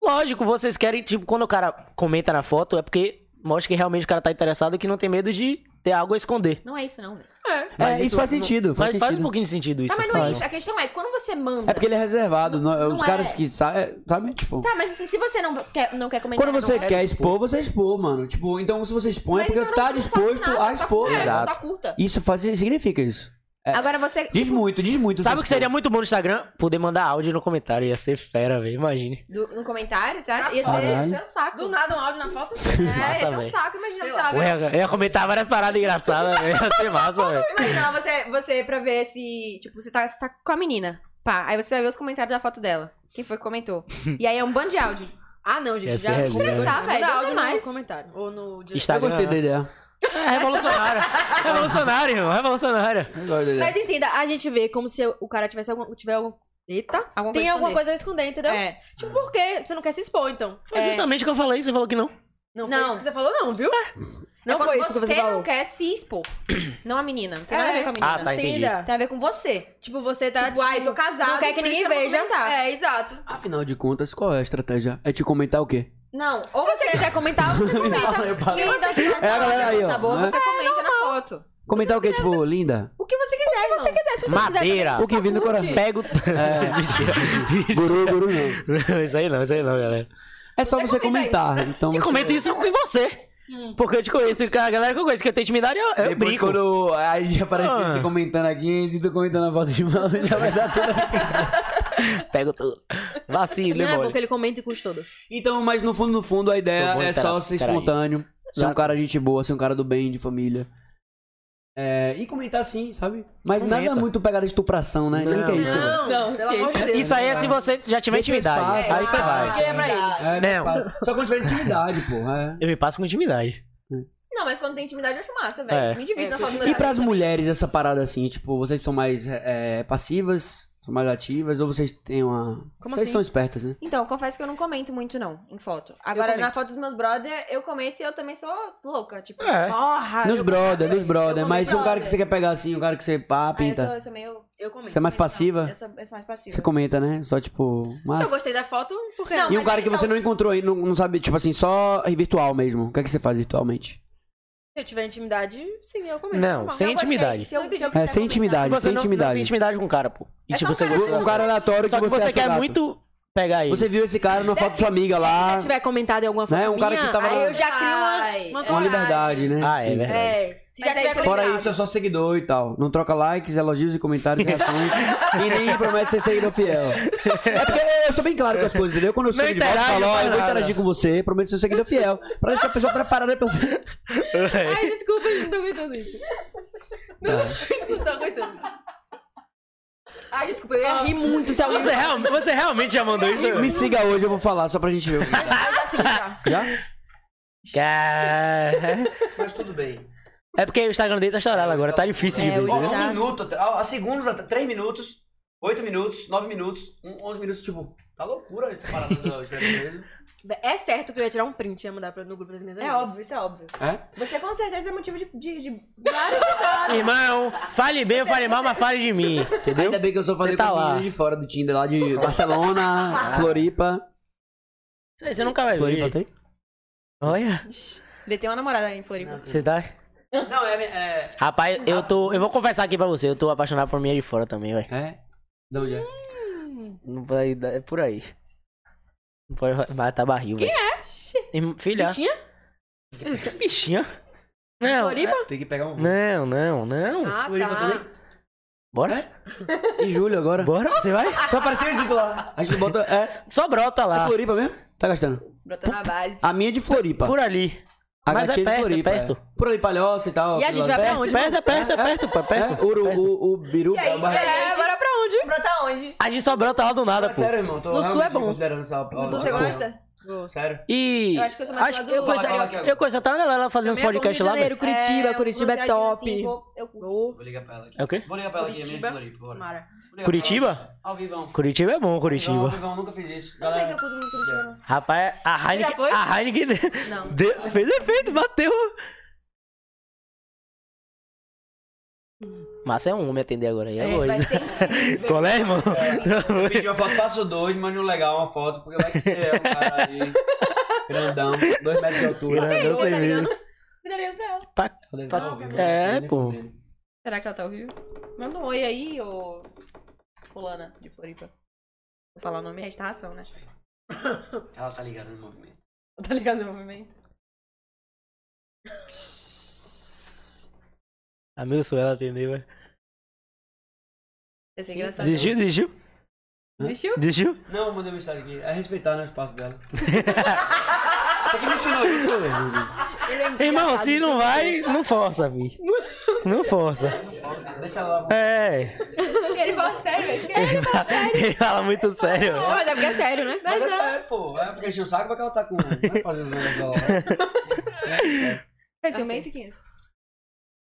Lógico, vocês querem, tipo, quando o cara comenta na foto, é porque mostra que realmente o cara tá interessado e que não tem medo de ter algo a esconder. Não é isso, não. velho. É. É, Mas isso, faz não- sentido. Mas Faz faz, sentido. um pouquinho de sentido isso. Tá, mas não é faz. isso. A questão é, quando você manda. É porque ele é reservado. não- Não os é. caras que saem, sabe? Tipo. Tá, mas assim, se você não quer, não quer comentar. Quando você não... é. É quer expor, você expor, mano. Tipo, então se você expõe, é Mas porque então você tá não faço disposto nada, a só expor. curta, Exato. Só Tipo, curta. Isso faz, significa isso. É. Agora você. Diz muito, diz muito. Sabe você o que seria expor. muito bom no Instagram? Poder mandar áudio no comentário. Ia ser fera, velho. Imagine. do- no comentário, você acha? Ia ser, Caralho. ia ser um saco. Do nada um áudio na foto? É, Massa, esse é um véi. saco, imagina Sei você lá. lá, Eu velho. ia, eu ia comentar várias paradas engraçadas, velho. Ia ser massa, velho. Imagina lá você, você pra ver se. Tipo, você tá, você tá com a menina. Pá, aí você vai ver os comentários da foto dela. Quem foi que comentou? E aí é um bando de áudio. Ah, não, gente. tá Ia Já tá, ser resenha, Estressar, Manda velho, Deus áudio é no mais. comentário. Ou no né? direct. Eu gostei Instagram. da ideia. É revolucionário. revolucionário, irmão. Revolucionário. Eu gosto da ideia. Mas entenda, a gente vê como se o cara tivesse algum. Tiver algum... Eita. Alguma Tem coisa alguma esconder. coisa a esconder, entendeu? É. Tipo, por quê? Você não quer se expor, então. Foi É. justamente o que eu falei. Você falou que não. Não, Não. foi isso que você falou, não, viu? É Não quando foi isso que você não falou. quer se expor. Não a menina. Não tem É. nada a ver com a menina. Ah, tá. entendi. Entenda. Tem a ver com você. Tipo, você tá. Tipo, ai, tô casado, Não quer que por isso que ninguém eu vou veja. comentar. É, exato. Afinal de contas, qual é a estratégia? É te comentar o quê? Não, ou Se você você quiser comentar, você comenta. Eu passo. Linda, se É a galera aí, ó. na boa, né? você comenta na foto. Comentar o quê? Tipo, linda? O que você quiser, irmão. você quiser, se você Madeira. quiser também, você O que só vem do curte. coração. Pega o. É. Guru, guru não. Não, isso aí não, isso aí não, galera. É só você comentar. Então E você- comenta isso com você. Porque eu te conheço, cara, a galera que eu conheço, que eu tenho intimidade, eu, eu Depois brinco. quando a gente aparece Ah. se comentando aqui, se tu comentando a foto de mano, já vai dar tudo. Pego tudo. Vacilo, E é bom demônio. que ele comenta e curte todas. Então, mas no fundo, no fundo, a ideia Sou bom em é só terapia. ser Peraí. espontâneo. Ser um Exato. cara de gente boa, ser um cara do bem, de família. É, e comentar sim, sabe? Mas Comenta. nada muito pegar estupração, né? Nem que é isso. velho. Não, pelo amor de Deus. Isso aí é se você já tiver Deixa eu intimidade. espaço. Aí você Ah, vai. porque é pra ele. É, Não. pá, Só quando tiver intimidade, pô. é. Eu me passo com intimidade. Não, mas quando tem intimidade eu acho massa, velho. É. Me divido É, na sala do meu E pras amigo mulheres, essa parada assim, tipo, vocês são mais é, passivas, são mais ativas, ou vocês têm uma. Como vocês assim? são espertas, né? também. Então, confesso que eu não comento muito, não, em foto. Agora, na comento. foto dos meus brother, eu comento e eu também sou louca. Tipo, É. porra! Nos eu- brother, nos brother. Eu Mas se um cara brother. que você quer pegar assim, um cara que você Ah, eu pá, sou, pinta. eu sou meio. Eu comento. Você é mais passiva? Eu sou, eu sou mais passiva. Você comenta, né? Só tipo. Se Mas... eu gostei da foto, por que Não, não? E um mas cara aí, que você então- não encontrou aí, não, não sabe, tipo assim, só virtual mesmo. O que é que você faz virtualmente? Se eu tiver intimidade, sim, eu comento. Tá Não, normal. Se eu sem gostei, intimidade. se eu- se eu É, quiser sem comentar- intimidade. Se você sem não, não intimidade. tem intimidade com o cara, pô. E É só tipo, você um cara gosta. Um cara aleatório Só que você, acha quer gato. muito pegar ele. é Você viu esse cara na foto da sua amiga Se eu lá. tiver comentado em alguma foto Né, um cara que minha, tava- aí eu já crio Ai, uma, uma é. Com a liberdade, né? Ah, é Sim. verdade. É, se Mas já aí tiver foi Fora comentado. isso, é só seguidor e tal. Não troca likes, elogios e comentários e reações. e nem promete ser seguidor fiel. É porque eu sou bem claro com as coisas, entendeu? Quando eu Não chego de volta, eu interage, falo, ó, não eu vou faz interagir nada. com você, prometo ser seguidor fiel. Pra deixar a pessoa preparada pra... Ai, desculpa, eu não tô aguentando isso. Não tô aguentando. Ah. Ai, desculpa, eu ia rir muito se alguém... Você, real- você realmente já mandou isso? Me siga hoje, eu vou falar, só pra gente ver. o que dá. Eu já segui já. Já? Cara... Mas tudo bem. É porque o Instagram dele tá estourado agora, tá difícil de É, vídeo, hoje né? tá. um minuto, até- a a segundos, até- três minutos, oito minutos, nove minutos, um- onze minutos, tipo, tá loucura essa parada do Instagram. É certo que eu ia tirar um print e ia mandar pra- no grupo das minhas É amigas. óbvio, isso é óbvio. É? Você com certeza é motivo de, de, de várias histórias. Irmão, fale bem ou fale mal, mas fale de mim, entendeu? Ainda bem que eu só falei Você tá com lá. meninas de fora do Tinder, lá de Barcelona, Floripa. Você você nunca vai Floripa ver. tem? Olha, Ele tem uma namorada em Floripa. você tá... Não, é... É? Rapaz, eu tô... Eu vou confessar aqui pra você, eu tô apaixonado por minha de fora também, velho. é? De onde é? Não vai dar- é por aí. Não pode matar barril, velho. Quem é? Filha. Bichinha? Bichinha. Não. Floripa? Tem que pegar um... Não, não, não. Ah, Floripa tá. também? Bora? Em julho É? agora. Bora? Você vai? Só apareceu esse lá. A gente bota... É, Só brota é lá. Floripa mesmo? Tá gastando. Brotando na base. A minha é de Floripa. Por ali. a mas é gatinha perto, é Floripa, perto. É. Por ali, Palhoça e tal. E a gente aquele vai pra Perto, onde? perto, perto, Tá perto, pô, lado. perto. É, Uru, perto. o, o Biru... E aí, Barra- é, É, agora pra onde? Brota tá onde? A gente só brota lá do nada, Não, pô. Sério, irmão, tô No sul realmente é bom. considerando essa- ó, Você ó, gosta? ó, Sério? E. Eu acho que eu sou mais do lado eu do conheço, Fala, fala aqui agora. eu conheço até uma galera fazendo uns Também é bom, podcasts Rio lá, de velho. Janeiro, Curitiba, É, Curitiba é lugarzinho top. assim, pô, eu curto. Ô, Vou ligar pra ela aqui. É o quê? Vou ligar pra ela aqui, minha Curitiba. Floripa, bora. Mara. Vou ligar pra ela. Curitiba? Ao vivão. Curitiba é bom, Curitiba. Ao Curitiba. vivão, nunca fiz isso. Não sei se eu Galera, curto muito Curitiba, não. Rapaz, a Você já Heineken. foi? A Heineken Não. deu- fez efeito, bateu. Massa é um homem atender agora aí. É, É, hoje. vai ser incrível. Qual é, irmão? eu pedi uma foto, faço dois, mas não legal uma foto, porque vai que você é um cara aí. Grandão, dois metros de altura. Você- Não sei tá se- ligando? Me daria pra ela. Só deve estar ao vivo, É, né? pô. Será que ela tá ao vivo? Manda um oi aí, ô. Fulana de Floripa. Vou falar o nome é estação, né? Ela tá ligada no movimento. Tá ligado no movimento? Amigo, sou ela atender, velho. Ia ser engraçado. Desistiu, desistiu? Desistiu? Desistiu? Não, eu mandei mensagem aqui. É respeitar né, o espaço dela. Você que me ensinou isso, velho. Ele é Irmão, engraçado, se não vai, não força, vi. Não força. Deixa ela. É. Ele fala sério, velho. esquece. Ele fala muito sério, Não, velho. mas é porque é sério, né? Mas é sério, pô. Ela fica enchendo o saco, mas que ela tá com. Vai fazer o negócio dela lá. Vai ser um meio e quinze.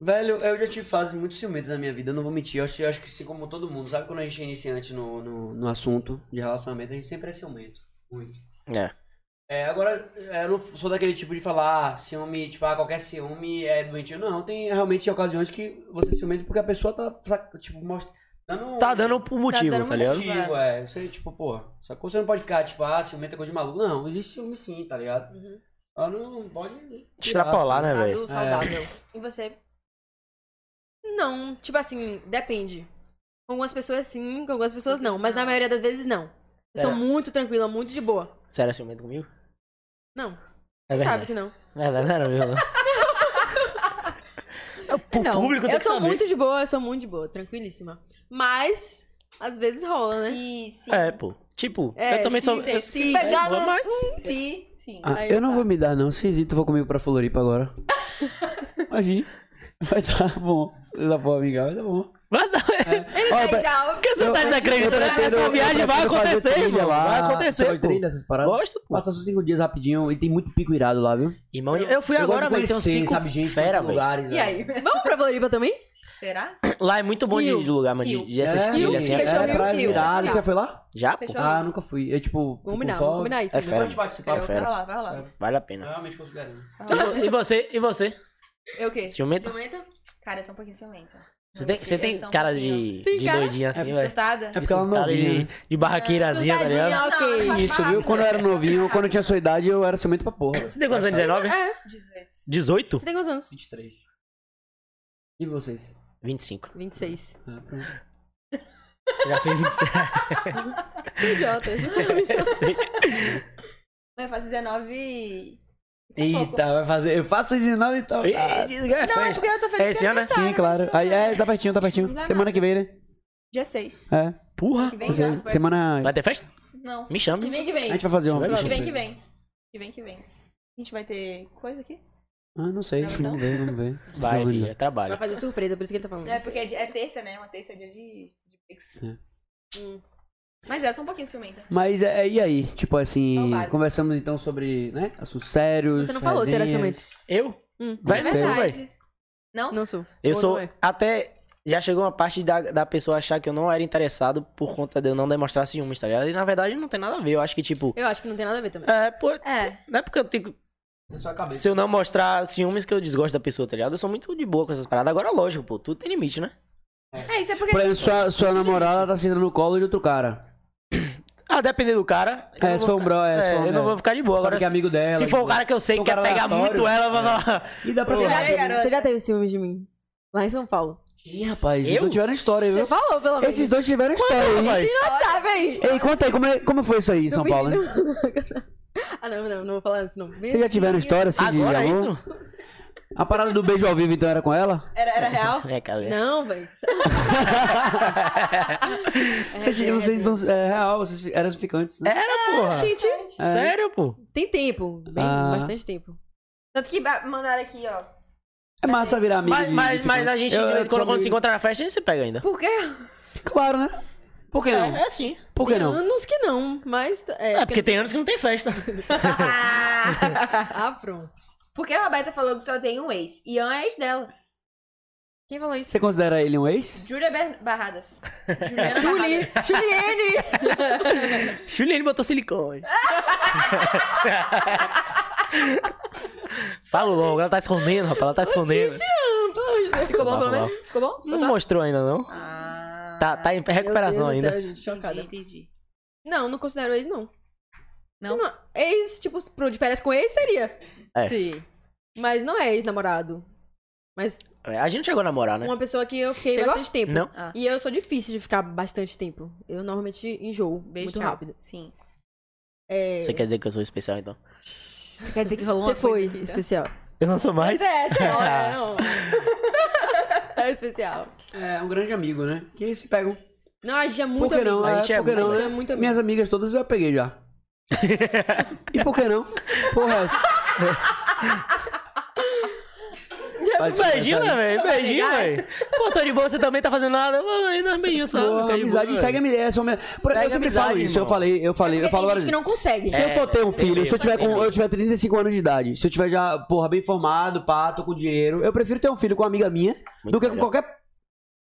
Velho, eu já tive fases muito ciumentas na minha vida, eu não vou mentir. Eu acho, eu acho que assim como todo mundo, sabe quando a gente é iniciante no, no, no assunto de relacionamento, a gente sempre é ciumento. Muito. É. É, agora, é, eu não sou daquele tipo de falar, ah, ciúme, tipo, ah, qualquer ciúme é doentio. Não, tem realmente ocasiões que você é ciumento porque a pessoa tá, tá, tipo, most- dando Tá dando por motivo, tá, dando ligado? motivo. motivo, é. Você, tipo, pô, sacou? Você não pode ficar, tipo, ah, ciumento é coisa de maluco. Não, existe ciúme sim, tá ligado? Uhum. Ela não pode... tirar, Extrapolar, né, velho? Sado, saudável. E você? Não, tipo assim, depende. Com algumas pessoas sim, com algumas pessoas não. Mas na maioria das vezes não. Eu sou É. muito tranquila, muito de boa. Você era ciumento comigo? Não, É sabe verdade. que não. Verdade, não era mesmo, não. É, pro Não, público tem Eu que sou saber. muito de boa, eu sou muito de boa, tranquilíssima. Mas, às vezes rola, né? Sim, sim. É, pô. Tipo, É, eu também sou... sim, eu- sim. Se pegar, Vamos né? mais. Sim, sim. Ah, Aí eu não tá. vou me dar, não. Se Zito for comigo pra Floripa agora. Imagina. Vai tá bom. Se da porra, amiga, vai tá bom. Mas não, é. Ele Ó, vai eu- virar. Por que você Eu- tá desacreditando? eu pretendo- Essa eu viagem vai pretendo fazer acontecer, trilha irmão. lá. Vai Você vai acontecer, trilha, pô. essas paradas? Gosto, pô. Passa os cinco dias rapidinho e tem muito pico irado lá, viu? Irmão, eu fui Eu gosto agora, de velho. Tem uns conhecer, picos sabe, gente, conhecer fera, velho. lugares. E né? aí? Vamos pra Floripa também? Será? Lá é muito bom de, Rio. de lugar, mano. De, Rio. de essas É, trilhas, assim. Rio, é fechou fera, é Rio, pra velho. Rio. virada. Sim. Você foi lá? Já, pô. Fechou. Ah, nunca fui. Eu, tipo... fico Combinar, com folga. vamos combinar isso. É né? Depois a fera. gente bate esse Quero- papo. Fera. Vai lá, vai lá. Vale a Eu pena. realmente considero. E você? E você? Eu o quê? É Ciumento? Ciumenta? Cara, eu sou um pouquinho ciumenta. Você tem, você Eu tem sou um cara pouquinho- de, Tem de cara? doidinha assim, De velho. surtada? É porque ela é Surtada novinha, de, de barraqueirazinha, tá ligado? Surtadinha. Ah, ok. eu faço Isso, viu? rápido. Quando né? eu era novinho, quando eu tinha sua idade, eu era ciumento pra porra. Você tem quantos anos? 19? É, 18. 18? você tem quantos anos? 23. E vocês? 25. 26. Ah, pronto. Você já fez 26? Que idiota. Eu sei. Eu faço 19 Eita, vai fazer. Eu faço 19 e tal. Ih, Ah, É Não, é porque festa. eu tô É feliz esse ano, né? sim, claro. Aí, é, tá pertinho, tá pertinho. Não dá Semana que vem, né? Dia 6. É. Porra. Que vem Você- já. semana. Vai ter festa? Não. Me Que chame. vem, que vem. A gente vai fazer uma. Que vem, Que vem, que deixa eu ver. vem. Que vem, que vem. A gente vai ter coisa aqui? Ah, não sei. Gravação? Vamos ver, vamos ver. Vai, Vamos ver. filha, Vai trabalho. fazer surpresa, por isso que ele tá falando. É, porque é, di- é terça, né? Uma terça é dia de, de Pix. É. Hum. Mas é, eu sou um pouquinho ciumenta. Mas é, e aí? Tipo assim, Saudades. conversamos então sobre, né? Assuntos sérios. Você não falou, será resenhas. ciumento? Eu? Hum. Vai, Não não sou, sei. velho. Não? Não sou. Eu Ou sou. não é? Até. Já chegou uma parte da, da pessoa achar que eu não era interessado por conta de eu não demonstrar ciúmes, tá ligado? E na verdade não tem nada a ver. Eu acho que, tipo. Eu acho que não tem nada a ver também. É, pô. É. Não é porque eu tenho. Na sua cabeça. Se eu não mostrar ciúmes que eu desgosto da pessoa, tá ligado? Eu sou muito de boa com essas paradas. Agora, lógico, pô, tudo tem limite, né? É, isso é porque. Por exemplo, sua, sua namorada tá sentando no colo de outro cara. Ah, dependendo do cara. eu É, não se vou for um ficar- bro, é, se for um eu não bro. vou ficar de boa. Sabe Agora, que é se, amigo dela. se for um tipo, cara que eu se sei que um quer cara pegar aleatório, muito ela, vai é. falar. E dá pra Você falar. já, Vai, teve, garota. você já teve ciúmes de mim? Lá em São Paulo. Ih, rapaz, Eu? tá eles tiveram história, viu? Você falou, pelo menos. Ah, Esses dois tiveram história, hein? Rapaz, sabe aí. Ei, conta aí, como, é- como foi isso aí em São Paulo? hein? ah, não, não, não vou falar isso, não. Vocês já tiveram história assim de Agora é amor? isso? A parada do beijo ao vivo, então, era com ela? Era, era real? É, cara. é. Não, velho. É, Vocês, é, vocês é. não, é real, vocês fi- eram ficantes, né? Era, porra. Gente, Sério, pô. tem tempo. Bem, Ah. bastante tempo. Tanto que ba- mandaram aqui, ó. É massa virar amigo Mas, de- mas, de mas a ficante. gente, Eu- de- eu quando, sou quando se amigo- encontra na festa, a gente se pega ainda. Por quê? Claro, né? Por que não? É, é assim. Por que tem não? anos que não, mas... É, É, porque tem anos que não tem festa. Ah, pronto. Porque a Roberta falou que só tem um ex. E Ian é ex dela. Quem falou isso? Você considera ele um ex? Júlia Ber- Barradas. Juliana Juli, Barradas. Juliene! Juliane botou silicone. Fala logo, ela tá escondendo, rapaz. Ela tá escondendo. Ficou bom, pelo Tá bom. menos? Ficou bom? Não mostrou ainda, não. Ah. Tá, tá em recuperação Meu Deus do ainda. Céu, gente, Entendi, chocada. entendi. Não, não considero ex, não. Se Não? Ex, tipo, pro de férias com ex seria. É. Sim. Mas não é ex-namorado. Mas É, A gente não chegou a namorar, né? uma pessoa que eu fiquei Chegou? bastante tempo. Não. Ah. E eu sou difícil de ficar bastante tempo. Eu normalmente enjoo Beijo muito tchau. rápido. Sim. É, Você quer dizer que eu sou especial, então? Você quer dizer que rolou Você foi aqui, tá? especial. Eu não sou mais. É, você é, não. É especial. É, um grande amigo, né? Que se pegam. Não, a gente é Por muito que amigo. não? A É, gente é por que muito não, amigo. né? É muito amigo. Minhas amigas todas eu já peguei já. e por que não? Porra, é essa. Vai, desculpa, Beijinho, né, sabe? velho? Beijinho, velho. Pô, tô de boa, você também tá fazendo nada. Pô, aí nós beijinho só. Porra, fica de amizade boa, segue a mulher. Essa é uma- Por- Segue eu sempre amizade, falo isso, eu irmão. falei, eu Porque falei, eu tem falo várias gente que vezes. não consegue. Se eu for ter um filho, se eu tiver com, mesmo. eu tiver 35 anos de idade, se eu tiver já, porra, bem formado, pá, tô com dinheiro, eu prefiro ter um filho com uma amiga minha Muito do que com melhor. qualquer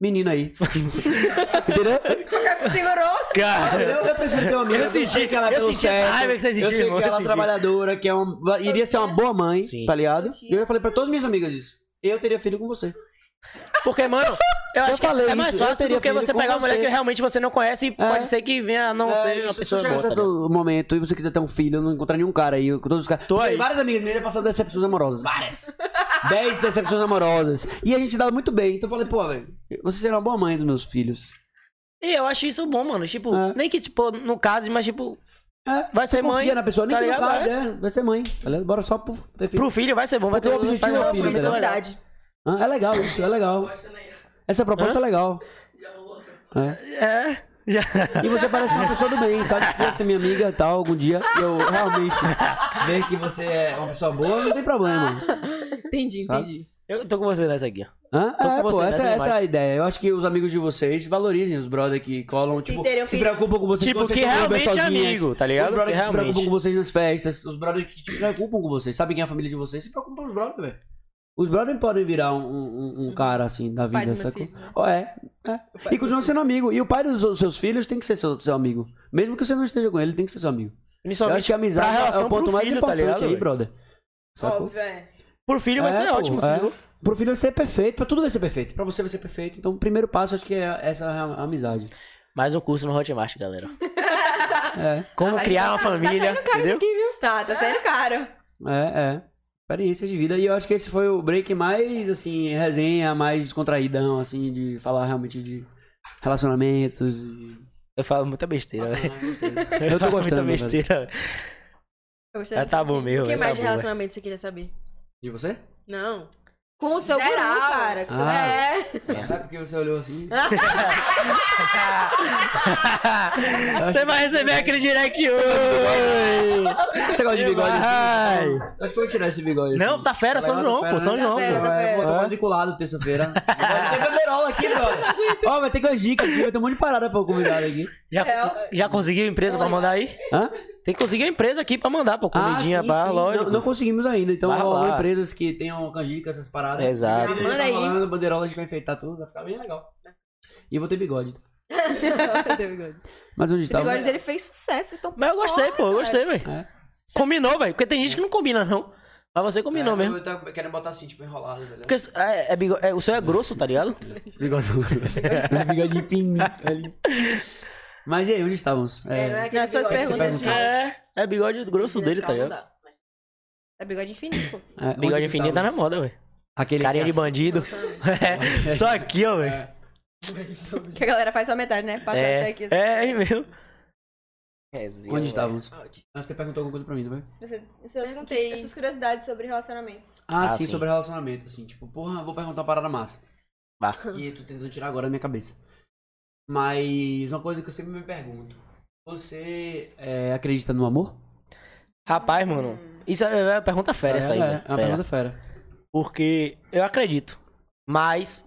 menina aí. Entendeu? né? Segurou? Cara, Eu, eu prefiro ter uma amiga. É. Eu senti- sei que ela é eu pelo senti essa certo, raiva que você sentiu, Eu sei irmão, que eu ela é senti. trabalhadora, que é uma, iria ser uma boa mãe, Sim. tá ligado? Senti. E eu falei pra todas as minhas amigas isso. Eu teria filho com você. Porque, mano, eu acho que falei é mais isso, eu fácil teria do que filho você com pegar uma mulher você. que realmente você não conhece e pode ser que venha a não ser uma se pessoa você chegar boa. a tá certo ligado? momento e você quiser ter um filho, eu não encontrar nenhum cara aí, com todos os caras. Tô Tem aí. Várias amigas minhas passaram decepções amorosas. Várias. Dez decepções amorosas. E a gente se dava muito bem. Então eu falei, pô, velho, você será uma boa mãe dos meus filhos. E eu acho isso bom, mano. Tipo, É. nem que, tipo, no caso, mas, tipo, É, vai ser mãe. confia na pessoa, nem tá que no ligado? caso, é, vai ser mãe. tá ligado? Bora só pro ter filho. Pro filho vai ser bom, vai Porque ter o objetivo é vai o ter uma filho, Mas Isso família é legal. novidade. Ah, é legal isso, é legal. Essa proposta é legal. É. É. Já. E você parece uma pessoa do bem, sabe? Se você é minha amiga e tal, algum dia e eu realmente ver que você é uma pessoa boa, não tem problema. Entendi, Sabe? entendi. Eu tô com você nessa aqui, ó. Hã? Tô com É, pô, você, essa, essa né, é a demais. ideia. Eu acho que os amigos de vocês valorizem os brother que colam, tipo, teriam se filhos. preocupam com vocês. Tipo, quando vocês que estão no Uber realmente é sozinhas. amigo, tá Os ligado? Que brother que se preocupam realmente. com vocês nas festas, os brother que se preocupam com vocês, sabem quem é a família de vocês, se preocupam com os brother, velho. Os brother podem virar um, um- um cara assim da Pai vida, dos meus sacou? filhos. né? Oh, é, é. E continua sendo amigo. E o pai dos seus filhos tem que ser seu, seu amigo. Mesmo que você não esteja com ele, tem que ser seu amigo. Eu acho Principalmente que a amizade pra é relação o ponto pro mais filho, tá importante ligado, aí, velho? brother. Sacou? Óbvio, é. pro filho vai É, ser pô, ótimo, é. sim. Pro filho vai ser perfeito, pra tudo vai ser perfeito. Pra você vai ser perfeito. Então, o primeiro passo, acho que é essa a- a amizade. Mais um curso no Hotmart, galera. Ah, É, Como Mas criar tá- uma família, Tá saindo caro isso entendeu? aqui, viu? Tá, tá saindo caro. é, é. Experiência de vida. E eu acho que esse foi o break mais, assim, resenha, mais descontraídão, assim, de falar realmente de relacionamentos. e- Eu falo muita besteira, velho. Eu tô gostando. falo Muita velho. besteira. velho. Eu gostei Ah, tá bom mesmo, O que velho. mais de tá bom, velho. relacionamento você queria saber? De você? Não. Com o seu guru, Geral. cara. Com o seu Ah. guru. É. É porque você olhou assim. tá? Você vai receber aquele direct hoje. Você gosta de né? bigode Vai. assim? Eu Acho que eu vou tirar esse bigode assim. Não, tá fera, São Legal, João, tá pô, São né? João, pô. Tá fera, Vou É. tomar liculado terça-feira. Vai ter banderola aqui, bro. Ó, vai ter canjica aqui, vai ter um monte de parada pra convidar aqui. Já, já conseguiu empresa pra mandar aí? É, Hã? Tem que conseguir a empresa aqui pra mandar, pô. Comidinha, Ah, sim, pá, sim. lógico. Não, não conseguimos ainda, então Vai alô, lá. empresas que tenham canjica, essas paradas. Exato. Comida, a gente Manda tá aí. Falando, banderola, a gente vai enfeitar tudo, vai ficar bem legal. E eu vou ter bigode. É. Deu bigode. Mas onde O tá estava? negócio dele fez sucesso. então. vocês Estão Mas eu gostei, pô, eu gostei, velho. É. Combinou, velho. Porque tem gente que não combina, não. Mas você combinou mesmo. é, Eu tava querendo botar assim, tipo, enrolado, velho. Porque é, é bigo- é, o seu é grosso, tá ligado? Bigode. É bigode fininho. ali. Mas e aí, onde estávamos? É, não é aquele Não, suas bigode que perguntas você já. faz É, é bigode grosso no dele, tá carro, não ligado? dá. É bigode infinito, pô. É, onde Bigode infinito tá estávamos? na moda, velho. Aquele Carinha que assim, de bandido. É, só aqui, ó, velho. Que a galera faz só metade, né? Passa até É, aqui. assim. é, é mesmo. Onde estávamos? Áudio. Ah, Você perguntou alguma coisa pra mim, não foi? Se você, se eu- Perguntei. as suas curiosidades sobre relacionamentos. Ah, Ah, sim, sim. sobre relacionamento, assim, tipo, porra, vou perguntar uma parada massa. Vá. E eu tô tentando tirar agora da minha cabeça. Mas uma coisa que eu sempre me pergunto. Você é, acredita no amor? Rapaz, Hum. mano. Isso é é uma pergunta fera essa aí, é, velho. é uma Fera. pergunta fera. Porque eu acredito. Mas,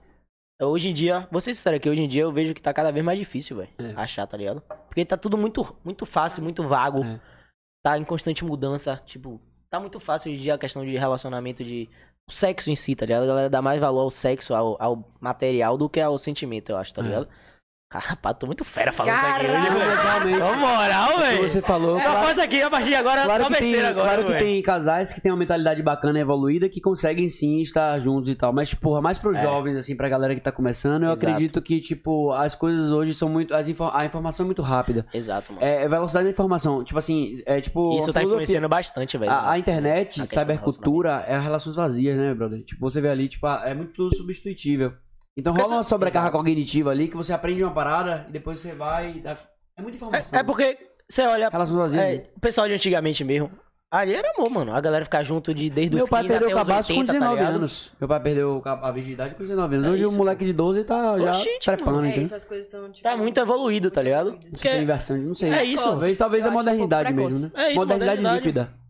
hoje em dia, vou ser sincero aqui, hoje em dia eu vejo que tá cada vez mais difícil, velho. É. Achar, tá ligado? Porque tá tudo muito, muito fácil, muito vago. É. Tá em constante mudança. Tipo, tá muito fácil hoje em dia a questão de relacionamento de o sexo em si, tá ligado? A galera dá mais valor ao sexo, ao, ao material, do que ao sentimento, eu acho, tá É. ligado? Rapaz, tô muito fera falando isso aqui Caralho! hoje, velho. Ô, moral, que velho. você falou. Só claro, faz aqui a partir de agora, claro só que, tem, besteira agora, claro que velho. tem casais que têm uma mentalidade bacana, evoluída, que conseguem sim estar juntos e tal. Mas, porra, mais pros É. jovens, assim, pra galera que tá começando, eu Exato. acredito que, tipo, as coisas hoje são muito. As info- a informação é muito rápida. Exato, mano. É, é velocidade da informação. Tipo assim, é tipo. Isso a tá filosofia- influenciando bastante, velho. A, a internet, Na questão do cybercultura, é relações vazias, né, brother? Tipo, você vê ali, tipo, ah, é muito substituível. Então Porque rola uma essa- sobrecarga Exato. cognitiva ali que você aprende uma parada e depois você vai. e dá- É muita informação. É, é porque você olha. Relações vazias. é, o pessoal de antigamente mesmo. Ali era amor, mano. A galera ficar junto de, desde Meu os pai 15 perdeu até o os cabaço 80, com 19 tá ligado? anos. Meu pai perdeu o ca- a virgindade com 19 anos. É Hoje o isso, moleque de 12 tá já Oxente, trepando, É, entendeu? essas coisas estão, tipo... Tá muito evoluído, tá ligado? evoluídas. Isso é inversão, de- não sei. É isso. Talvez, talvez Eu a acho um pouco modernidade precoce. mesmo, né? É isso, modernidade, modernidade. líquida.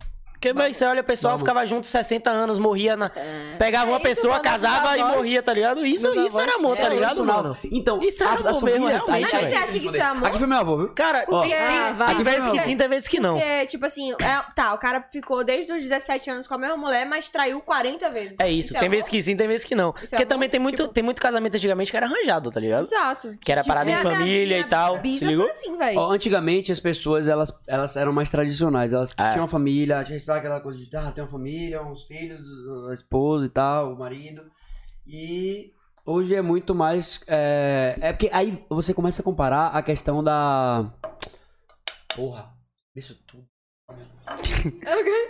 Porque velho, você olha o pessoal, Vamos. ficava junto 60 anos, morria na. Pegava É uma isso, pessoa, quando casava meus e avós- morria, tá ligado? Isso, meus isso era avós- amor, é, tá ligado, Original. mano? Então, Isso era as, bom as mesmo, famílias... aí- realmente, aí- Mas você acha que isso é amor? Aqui foi meu avô, viu? Cara, Ó. tá tem, Ah, tem, vai. tem vezes que Não. sim, tem vezes que não. Porque, tipo assim, é- tá, o cara ficou desde os 17 anos com a mesma mulher, mas traiu 40 vezes. É isso, tem amor? vezes que sim, tem vezes que não. é Porque amor? também tem muito, Tipo- tem muito casamento antigamente que era arranjado, tá ligado? Exato. Que era parada é, em a família e tal. Bisa Se ligou? foi assim, velho. Ó, antigamente as pessoas elas, elas eram mais tradicionais, elas É. tinham uma família, tinha respeitava aquela coisa de ah, tem uma família, uns filhos, a esposa e tal, o marido. E Hoje é muito mais. É, é porque aí você começa a comparar a questão da. Porra, isso tudo.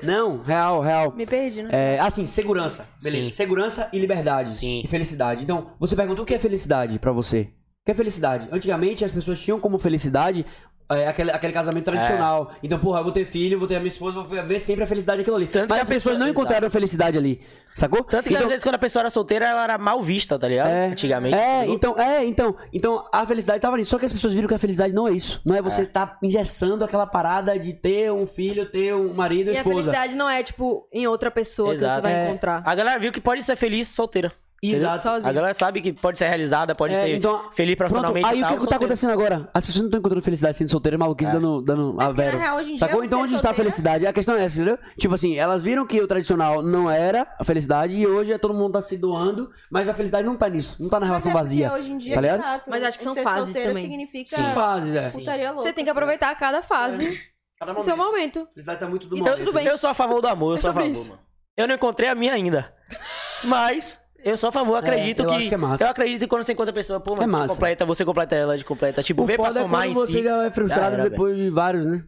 Não, real, real. Me perdi, né? É, assim, segurança. Beleza. Sim. Segurança e liberdade. Sim. E felicidade. Então, você pergunta o que é felicidade pra você? O que é felicidade? Antigamente as pessoas tinham como felicidade é, aquele, aquele casamento tradicional. Então, porra, eu vou ter filho, vou ter a minha esposa, vou ver sempre a felicidade aquilo ali. Tanto que Mas as as pessoas pessoas- não encontraram a felicidade ali. Sacou? Tanto que então, às vezes quando a pessoa era solteira, ela era mal vista, tá ligado? É. Antigamente. é, entendeu? então, é, então, então a felicidade tava ali. Só que as pessoas viram que a felicidade não é isso. Não é você tá engessando aquela parada de ter um filho, ter um marido, E a esposa. felicidade não é, tipo, em outra pessoa que você Exato. Ah, vai É. encontrar. A galera viu que pode ser feliz solteira. Exato. Sozinho. A galera sabe que pode ser realizada, pode É, ser então, feliz Pronto, profissionalmente aí e o que, tal. que tá solteira. acontecendo agora? As pessoas não estão encontrando felicidade sendo solteira, maluquice dando, dando a Porque, na vera. real, hoje em dia. Sacou? Então você onde tá está a né? solteira- felicidade? A questão é essa, entendeu? Tipo assim, elas viram que o tradicional não era a felicidade e hoje é todo mundo tá se doando, mas a felicidade não tá nisso, não tá na Mas relação é porque vazia. Hoje em dia, tá ligado? exato, Mas acho que são ser fases solteira também. significa Sim. Fases, é. putaria louca. Você tem que aproveitar cada fase Cada do seu momento. momento. A felicidade tá muito do Então, tudo bem. Eu sou a favor do amor, eu É sou a sobre favor, isso. mano. Eu não encontrei a minha ainda. Mas eu sou a favor, acredito eu que. acho que é massa. Eu acredito que quando você encontra a pessoa, pô, É mano, massa. te completa, você completa ela, te completa. Tipo, O vê pra foda é somar quando em você si. já é frustrado Já era, depois de vários, né?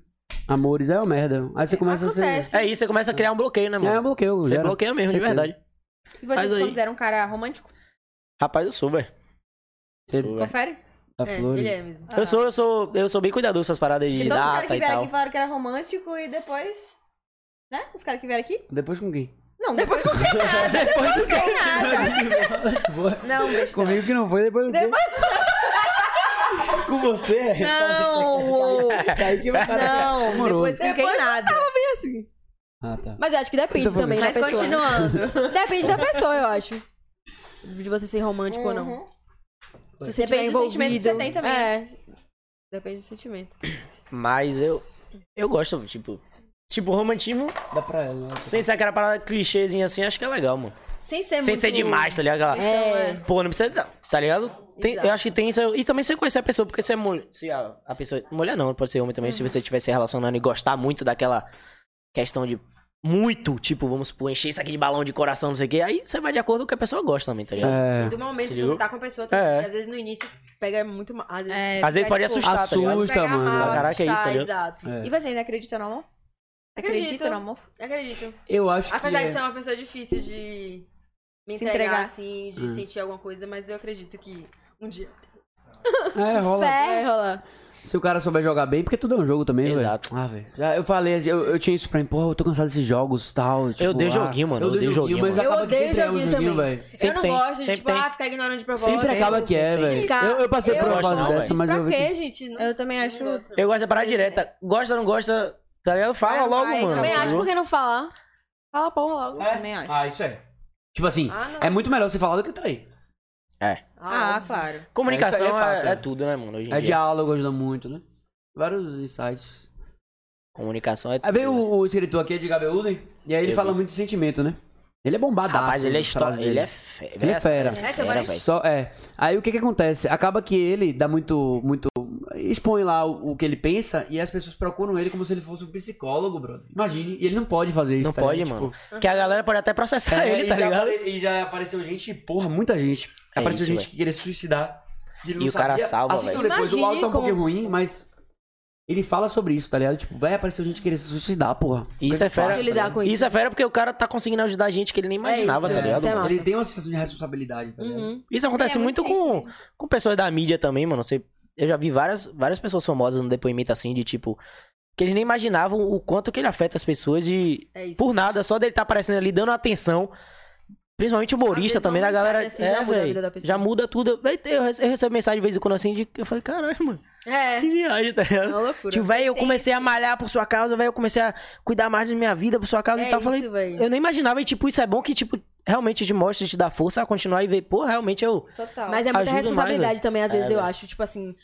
Amores é uma merda. Aí você começa a ser... Acontece. É isso, você começa a criar um bloqueio, né, mano? É um bloqueio, Você gera. bloqueia mesmo, de Certeza. verdade. E você Mas se aí- considera um cara romântico? Rapaz, eu sou, velho. Você- Sou, velho. Confere? A É, flor. ele é mesmo. Ah. Eu sou, eu sou, eu sou bem cuidadoso com essas paradas de Porque todos os caras data que e vieram tal. aqui falaram que era romântico e depois. Né? Os caras que vieram aqui? Depois com quem? Não, Depois com quem? Depois do quê? nada. Não, besta. Comigo que não foi, depois do quê? Com você? Tá Não! Aí que vai Não, Demorou. depois com quem Depois nada. assim. Ah, tá. Mas eu acho que depende Então, vamos também ver. da Mas pessoa. continuando. Depende da pessoa, eu acho. De você ser romântico ou Tipo, não. Uhum. Se você Depende tiver do sentimento que envolvido. você tem também. É. Depende do sentimento. Mas eu. Eu gosto, tipo. Tipo, romantismo, Dá pra ela. sem ser aquela parada clichêzinha assim, acho que é legal, mano. Sem ser Sem muito... ser demais, tá ligado? Aquela- É. Pô, não precisa. Tá ligado? Tem- Exato. eu acho que tem isso. E também você conhecer a pessoa, porque você é mulher. Se a, a pessoa. Mulher não, pode ser homem também. Uhum. Se você estiver se relacionando e gostar muito daquela questão de. Muito, tipo, vamos supor, encher isso aqui de balão de coração, não sei o quê. Aí você vai de acordo com o que a pessoa gosta também, tá Sim. ligado? E É. do momento Se que você ligou? tá com a pessoa também. É. porque Às vezes no início pega muito mal. Às vezes, É. Às vezes pega, pode tipo, assustar, tá ligado? Assusta, pega mano. mal, Caraca, é isso, assustar, tá ligado? exato. É. E você ainda acredita no amor? Acredita Acredito. no amor? Acredito. Eu acho Apesar que. é. de ser uma pessoa difícil de me Se entregar, entregar. assim, de Hum. sentir alguma coisa, mas eu acredito que um dia um É, rola. vai rolar. Se o cara souber jogar bem, porque tudo é um jogo também, velho. Exato. Ah, velho. Já eu falei, assim, eu, eu tinha isso pra mim, porra, eu tô cansado desses jogos e tal. Tipo, Eu odeio ah, joguinho, mano, eu odeio joguinho, mas mano. Eu acaba que odeio sempre é um joguinho também. velho. eu Sempre não tem, gosto de, sempre tipo, tem. ah, ficar ignorando de propósito. Sempre acaba que é, sempre velho. tem. Eu, eu passei por Eu uma gosto, fase não, dessa, velho. mas pra eu. quê, gente? Não, Eu também não acho. gosto, não. Eu gosto da parada direta. Gosta, não gosta. Tá ligado? Fala Vai, logo, vai, mano. é. Também não, acho, entendeu? por que não falar? Fala porra logo. É? Também acho. Ah, isso é. Tipo assim, Ah, não. é muito melhor você falar do que trair. Ah, óbvio. claro. Comunicação É, é, isso aí é fato, é é. tudo, né, mano? Hoje em É dia. diálogo, ajuda muito, né? Vários insights. Comunicação é tudo. Aí veio né? o, o escritor aqui, Edgar Beuden, e aí ele Eu fala vi. muito de sentimento, né? Ele é bombadaço. Rapaz, ele é nas frases história. dele. Ele é né, fera. Ele é fera. Essa eu parei- velho. Só, é. Aí o que que acontece? Acaba que ele dá muito, muito... Expõe lá o, o que ele pensa e as pessoas procuram ele como se ele fosse um psicólogo, brother. Imagine, e ele não pode fazer isso. Não tá pode, ligado? mano. Tipo, Que a galera pode até processar é, ele, e tá já ligado? apare- E já apareceu gente, porra, muita gente. É apareceu isso, gente velho. que queria se suicidar. que ele E não o cara sabia. salva, Assistam velho. depois, o áudio tá um Imagine pouquinho ruim, mas... Ele fala sobre isso, tá ligado? Tipo, vai aparecer gente querer se suicidar, porra. E Isso é fera. Fácil lidar com Isso é fera porque o cara tá conseguindo ajudar a gente que ele nem imaginava, isso, tá é. ligado? Isso é mano? massa. Ele tem uma sensação de responsabilidade, tá ligado? Uhum. Isso acontece Sim, é muito muito, triste com, né? com pessoas da mídia também, mano. Você, eu já vi várias, várias pessoas famosas no depoimento assim, de tipo. Que eles nem imaginavam o quanto que ele afeta as pessoas de. É isso. Por nada, só dele tá aparecendo ali, dando atenção. Principalmente humorista Às vezes também, uma da galera. mensagem assim é, já muda a véi, vida da pessoa. já muda tudo. Eu, eu rece- eu recebo mensagem de vez em quando assim, de, eu falei, caralho, mano, É, que viagem, tá é ligado? uma loucura. Tipo, velho, eu comecei a malhar por sua causa, velho, eu comecei a cuidar mais da minha vida por sua causa é e tal. Eu falei, isso, velho. tá eu nem imaginava, e tipo, isso é bom que, tipo, realmente te mostra, te dá força a continuar e ver, pô, realmente né? eu. Total. Mas é muita Ajuda responsabilidade mais, velho. também, às É, vezes, eu velho. acho. Tipo assim,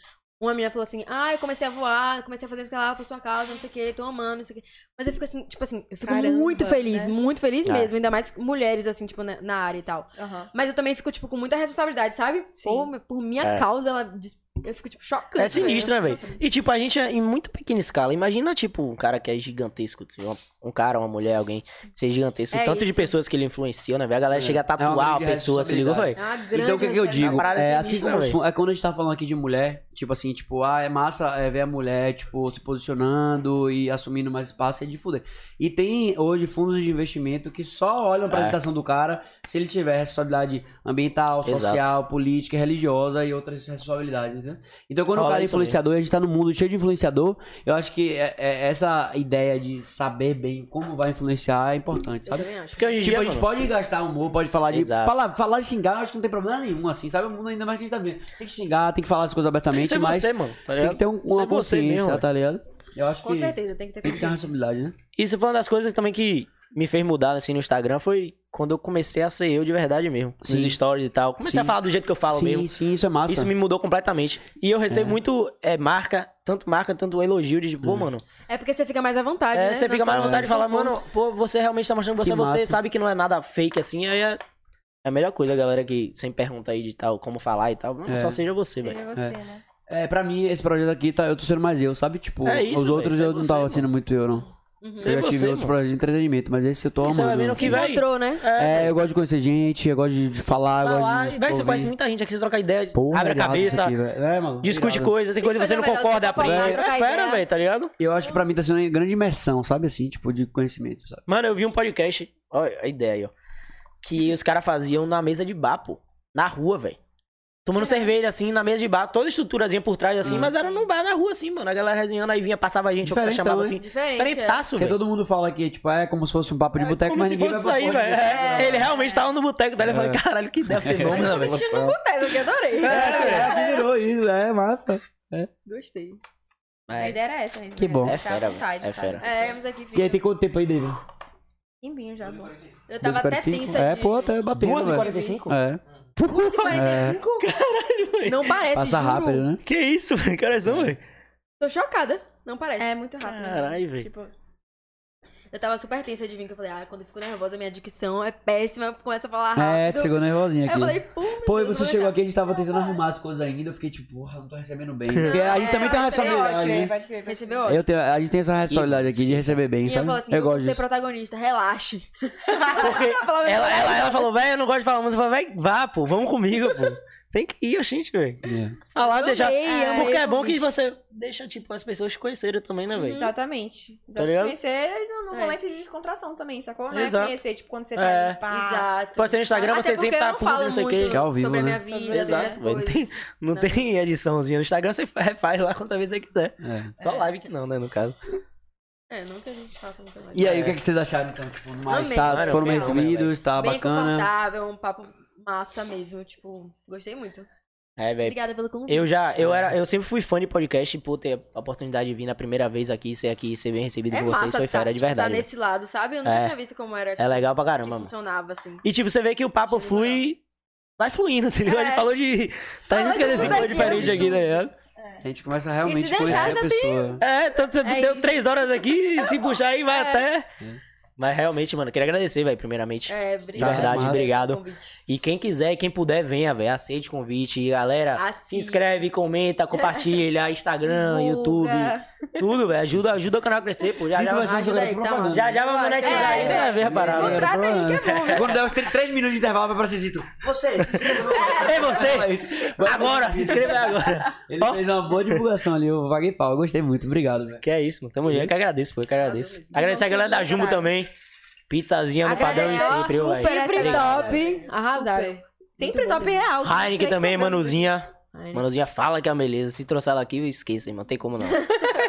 uma menina falou assim, ah, eu comecei a voar, comecei a fazer isso que lá por sua causa, não sei o que, tô amando, não sei o que. Mas eu fico assim, tipo assim, eu fico Caramba, muito feliz, né? muito feliz É. mesmo, ainda mais mulheres, assim, tipo, na, na área e tal. é- Aham. Mas eu também fico, tipo, com muita responsabilidade, sabe? Sim. Pô, mas por minha É. causa, ela des- Eu fico, tipo, chocante. É sinistro, né, velho? E, tipo, a gente é em muito pequena escala. Imagina, tipo, um cara que é gigantesco. assim, Um um cara, uma mulher, alguém ser gigantesco. É o tanto de isso. pessoas que ele influenciou, né, velho? A galera É. chega a É uma tatuar grande a pessoa, se ligou, responsabilidade. É velho? uma grande Então o que, que eu digo? responsabilidade. parada É, é assim sinistra, como os velho. fun- é quando a gente tá falando aqui de mulher, tipo assim, tipo, ah, é massa é, ver a mulher, tipo, se posicionando e assumindo mais espaço, é de fuder. E tem hoje fundos de investimento que só olham pra É. apresentação do cara se ele tiver responsabilidade ambiental, Exato. social, política, religiosa e outras responsabilidades, entendeu? Então quando o Rola cara é isso né? mesmo. influenciador, e a gente tá num mundo cheio de influenciador, eu acho que é- é- essa ideia de saber bem como vai influenciar é importante, Eu sabe? também acho. Porque hoje em Tipo, dia, a gente mano, pode gastar humor, pode falar de. Exato. Falar, falar de xingar, eu acho que não tem problema nenhum, assim, sabe? O mundo ainda mais que a gente tá vendo. Tem que xingar, tem que falar as coisas tem que abertamente, ser mas você, mano, tá tem ligado? que ter um, uma ser você consciência, mesmo, velho. tá ligado? Eu acho Com que certeza, tem que ter tem que ter uma consciência. responsabilidade, né? Isso foi uma das coisas também que me fez mudar, assim, no Instagram. Foi quando eu comecei a ser eu de verdade mesmo. Sim. Nos stories e tal. Comecei Sim. a falar do jeito que eu falo sim, mesmo. sim, isso é massa. Isso me mudou completamente. E eu recebo muito é, marca, tanto marca, tanto elogio de, tipo, pô, mano, É porque você fica mais à vontade, É, né? você Na fica sua mais à zona vontade de falar, conforto. mano, pô, você realmente tá mostrando que você, né? Que é você massa. sabe que não é nada fake assim, aí é. É a melhor coisa, galera, que sempre pergunta aí de tal, como falar e tal. Não, É. só seja você, velho. Seja você, né? É, pra mim, esse projeto aqui, tá, eu tô sendo mais eu, sabe? Tipo, É isso, os velho, outros isso é eu não você, tava mano. sendo muito eu, não. Uhum. Isso Eu é já tive você, outros mano. projetos de entretenimento, mas esse eu tô Isso é amando. bem no assim. que vai Encontrou, né? É, eu gosto de conhecer gente, eu gosto de de falar, eu falar. gosto E de. vai, você ouvir. conhece muita gente aqui, você troca ideia, Porra, abre a irado isso cabeça, aqui, velho. é, mano, discute irado. coisas, tem coisa que você coisa não melhor do concorda, que falar, aprende. trocar É fera, ideia. velho, tá ligado? Eu acho que pra mim tá sendo uma grande imersão, sabe? Assim, tipo, de conhecimento, sabe? Mano, eu vi um podcast, olha a ideia aí, ó. Que os caras faziam na mesa de bar, pô. Na rua, velho. Tomando cerveja, assim, na mesa de bar, toda estruturazinha por trás, assim, mas era no bar na rua, assim, mano. A galera resenhando, aí vinha, passava a gente, o cara Diferentão, chamava né? assim. Diferente. é. Diferentaço, Porque velho. todo mundo fala que, tipo, é como se fosse um papo de boteco, Como mas se ninguém fosse isso vai aí, pra né? porra velho. de boteco, não. É, Ele realmente tava no boteco, daí eu falei, caralho, que ideia É. Mas eu tô me fenômeno, sentindo num boteco, que adorei. tipo, É, que virou isso, é massa. Gostei. A É. velho. ideia era essa mesmo. Que né? bom. Deixar É fera, à vontade, velho. É sabe? fera. É, mas aqui E aí, fica. tem quanto tempo aí, David? Timbinho já, bom. Eu tava até 2h45? tensa. É, de- pô, tá batendo, velho. 45? É, 45? Não parece, passa juro. rápido, né? Que isso, velho? Que horas são, velho? Tô chocada. Não parece. É muito rápido. né? Caralho, velho. Tipo, Eu tava super tensa de vir, que eu falei, ah, quando eu fico nervosa, minha dicção é péssima, começa a falar É, rápido. tu chegou nervosinha Aí eu falei, aqui. pô, meu Pô, e Deus, não você vou chegou aguentar. aqui, a gente tava tentando arrumar as coisas ainda, eu fiquei tipo, porra, não tô recebendo bem. Porque a gente é, Ah, também tem eu a achei responsabilidade, ótimo, né? pode crer, pode Recebeu crer. ótimo. Eu tenho, a gente tem essa responsabilidade aqui de receber bem, E eu sabe? falei assim, Eu eu vou gosto ser disso. protagonista, relaxe. Porque ela, ela, ela falou, velho, eu não gosto de falar muito. Eu falei, vai, vá, pô, vamos comigo, pô. Tem que ir, gente, velho. É. Falar, Eu deixar. amei, eu amei Porque é o bom que bicho. você deixa, tipo, as pessoas te conhecerem também, né, Uhum. velho? Exatamente. Tá ligado? Uhum. Exatamente. Conhecer no, no É. momento de descontração também, sacou? Não é Exato. conhecer, tipo, quando você tá É. em paz. Exato. Pode ser no Instagram, Até você porque sempre eu tá não puto, falo não sei o muito quê. Que é ao vivo, sobre a minha né? vida, sobre as Exato, velho. Não tem, coisas. não Não. tem ediçãozinha. No Instagram você faz, faz lá quanta vez você quiser. é. Só live que não, né, no caso. É, nunca a gente faça muita coisa. E aí, o que, é que vocês acharam, então? Tipo, mas Amei. tá, Mano, foram bem real, recebidos, tá Bem bacana. confortável, um papo massa mesmo, tipo, gostei muito. É, velho. Obrigada pelo convite. Eu já, eu era, eu sempre fui fã de podcast, e, pô, ter a oportunidade de vir na primeira vez aqui, ser aqui, ser bem recebido É por vocês, massa foi tá, fera de tipo, verdade. tá velho. nesse lado, sabe? Eu nunca É. tinha visto como era, É tipo, legal pra que caramba, mano. funcionava, assim. E tipo, você vê que o papo Achei legal. flui. Vai fluindo, se ligou? É. Ele falou de. Tá Falou de esquecendo esse coisa tudo né? diferente aqui, aqui, tá ligado? A gente começa a realmente deixar, conhecer a ainda pessoa. É, então você É deu isso. três horas aqui, se puxar aí vai É. até. Hum. Mas realmente, mano, queria agradecer, velho, primeiramente. É, obrigado. De verdade, pelo obrigado. convite. E quem quiser, quem puder, venha, velho. Aceite o convite. E galera, Ah, se Assista. inscreve, comenta, compartilha, Instagram, YouTube, Divulga. tudo, velho. Ajuda, ajuda o canal a crescer, pô. Já, Sinto um já, você, ajuda aí, tá, mano. propaganda. já, já vai monetizar É, isso, vai ver a parada. contrata aí Quando der os 3 minutos de intervalo, vai pra Cecito. Você, se inscreva no meu canal. É você! Mas- Agora, se inscreva agora. Ele fez uma boa divulgação ali, eu vaguei pau. Eu gostei muito, obrigado, velho. Que é isso, mano. Tamo junto. Eu que agradeço, pô. Eu que agradeço. Valeu mesmo. Agradecer a Vamos galera da juntos, Jumbo cara. também. Pizzazinha no padrão de Agradecer, sempre, eu, ó, velho. super Sempre Obrigado. top. Arrasaram. Sempre bom top mesmo. real. tá Heineken também, Manuzinha. Ai, né? Manuzinha fala que é uma beleza. Se trouxer ela aqui, esqueça, hein, mano. Tem como não.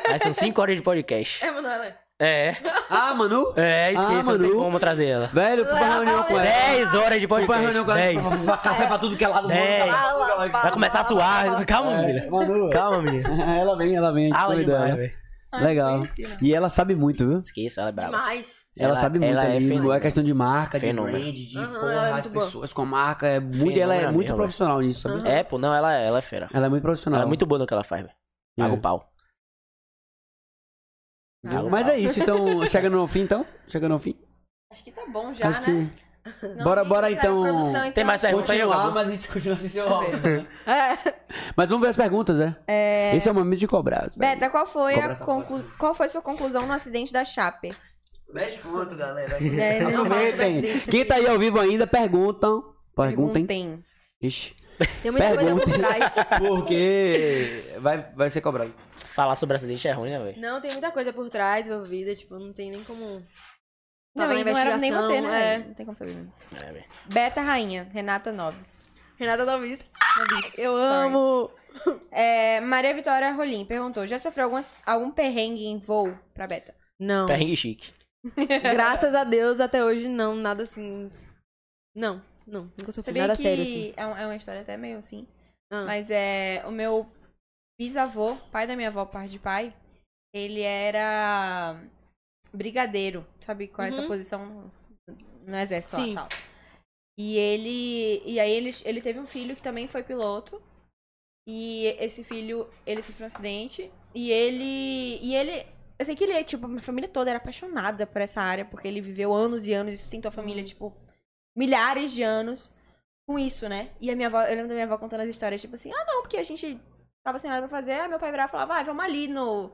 Aí são 5 horas de podcast. É, Manuela. É, Ah, Manu? é, esqueça, não tem Manu. como trazer ela. Velho, eu fui pra reunião com ela. 10 horas de Fui pra reunião podcast. com ela. 10. Dez. Café pra tudo que é lado. mundo, Dez. café pra tudo que é lado. Fala, Vai começar a suar. Calma, É, menina. Manu. Calma, menina. Ela vem, ela vem, a gente Fala convidou demais, ela. velho. Legal. né? E ela sabe muito, viu? Esqueça, ela é brava. Demais. Ela, Ela- sabe muito ela é ali, fenômeno. é questão de marca, Fenômeno. de brand, de Aham, porra, ela é as muito boa. pessoas com a marca. É muito, ela é Fenômeno muito mesmo, profissional nisso, sabe? Aham. É, pô, não, ela, ela é fera. Ela é muito profissional. Ela é muito boa no que ela faz, velho. Paga É. o pau. Mas é isso, então, chegando ao fim, então? Chegando ao fim? Acho que tá bom já, Acho né? que Não, Bora- nem bora, entraram em então. Produção, então. Tem mais perguntas É, tá aí, Continuar, Gabu? mas a gente continua sem ser o Alves. É. Mas vamos ver as perguntas, né? É, Esse é o momento de cobrar. as Beta, qual foi, Cobra a essa conclu... qual foi sua conclusão no acidente da Chape? 10 conto, galera. É, não Aproveitem. faço mais Quem tá aí ao vivo ainda, perguntam. Perguntem. Perguntem. Ixi. Tem muita coisa por Pergunta. trás. Porque vai, vai ser cobrado. Falar sobre acidente é ruim, né, velho? Não, tem muita coisa por trás envolvida, tipo, não tem nem como. Não, Tava e na não era nem investigação, você, né? é. Não tem como saber. né? É, velho. Beta Rainha, Renata Noves. Renata Novis. Novis, Eu sorry. amo. É, Maria Vitória Rolim perguntou: já sofreu algumas- algum perrengue em voo pra Beta? Não. Perrengue chique. Graças a Deus, até hoje, não, nada assim. Não, não, nunca sofri Sabia nada que sério assim. é, um- é uma história até meio assim. Ah. Mas é. O meu bisavô, pai da minha avó, par de pai, ele era brigadeiro, sabe? Com essa Uhum. posição no, no exército Sim. lá e tal. E ele. E aí ele, ele teve um filho que também foi piloto. E esse filho, ele sofreu um acidente. E ele. E ele. Eu sei que ele, tipo, minha família toda era apaixonada por essa área, porque ele viveu anos e anos e sustentou a família, tipo, milhares de anos com isso, né? E a minha avó, eu lembro da minha avó contando as histórias, tipo assim, ah, não, porque a gente tava sem nada pra fazer, aí meu pai virava e falava, ah, vamos ali no.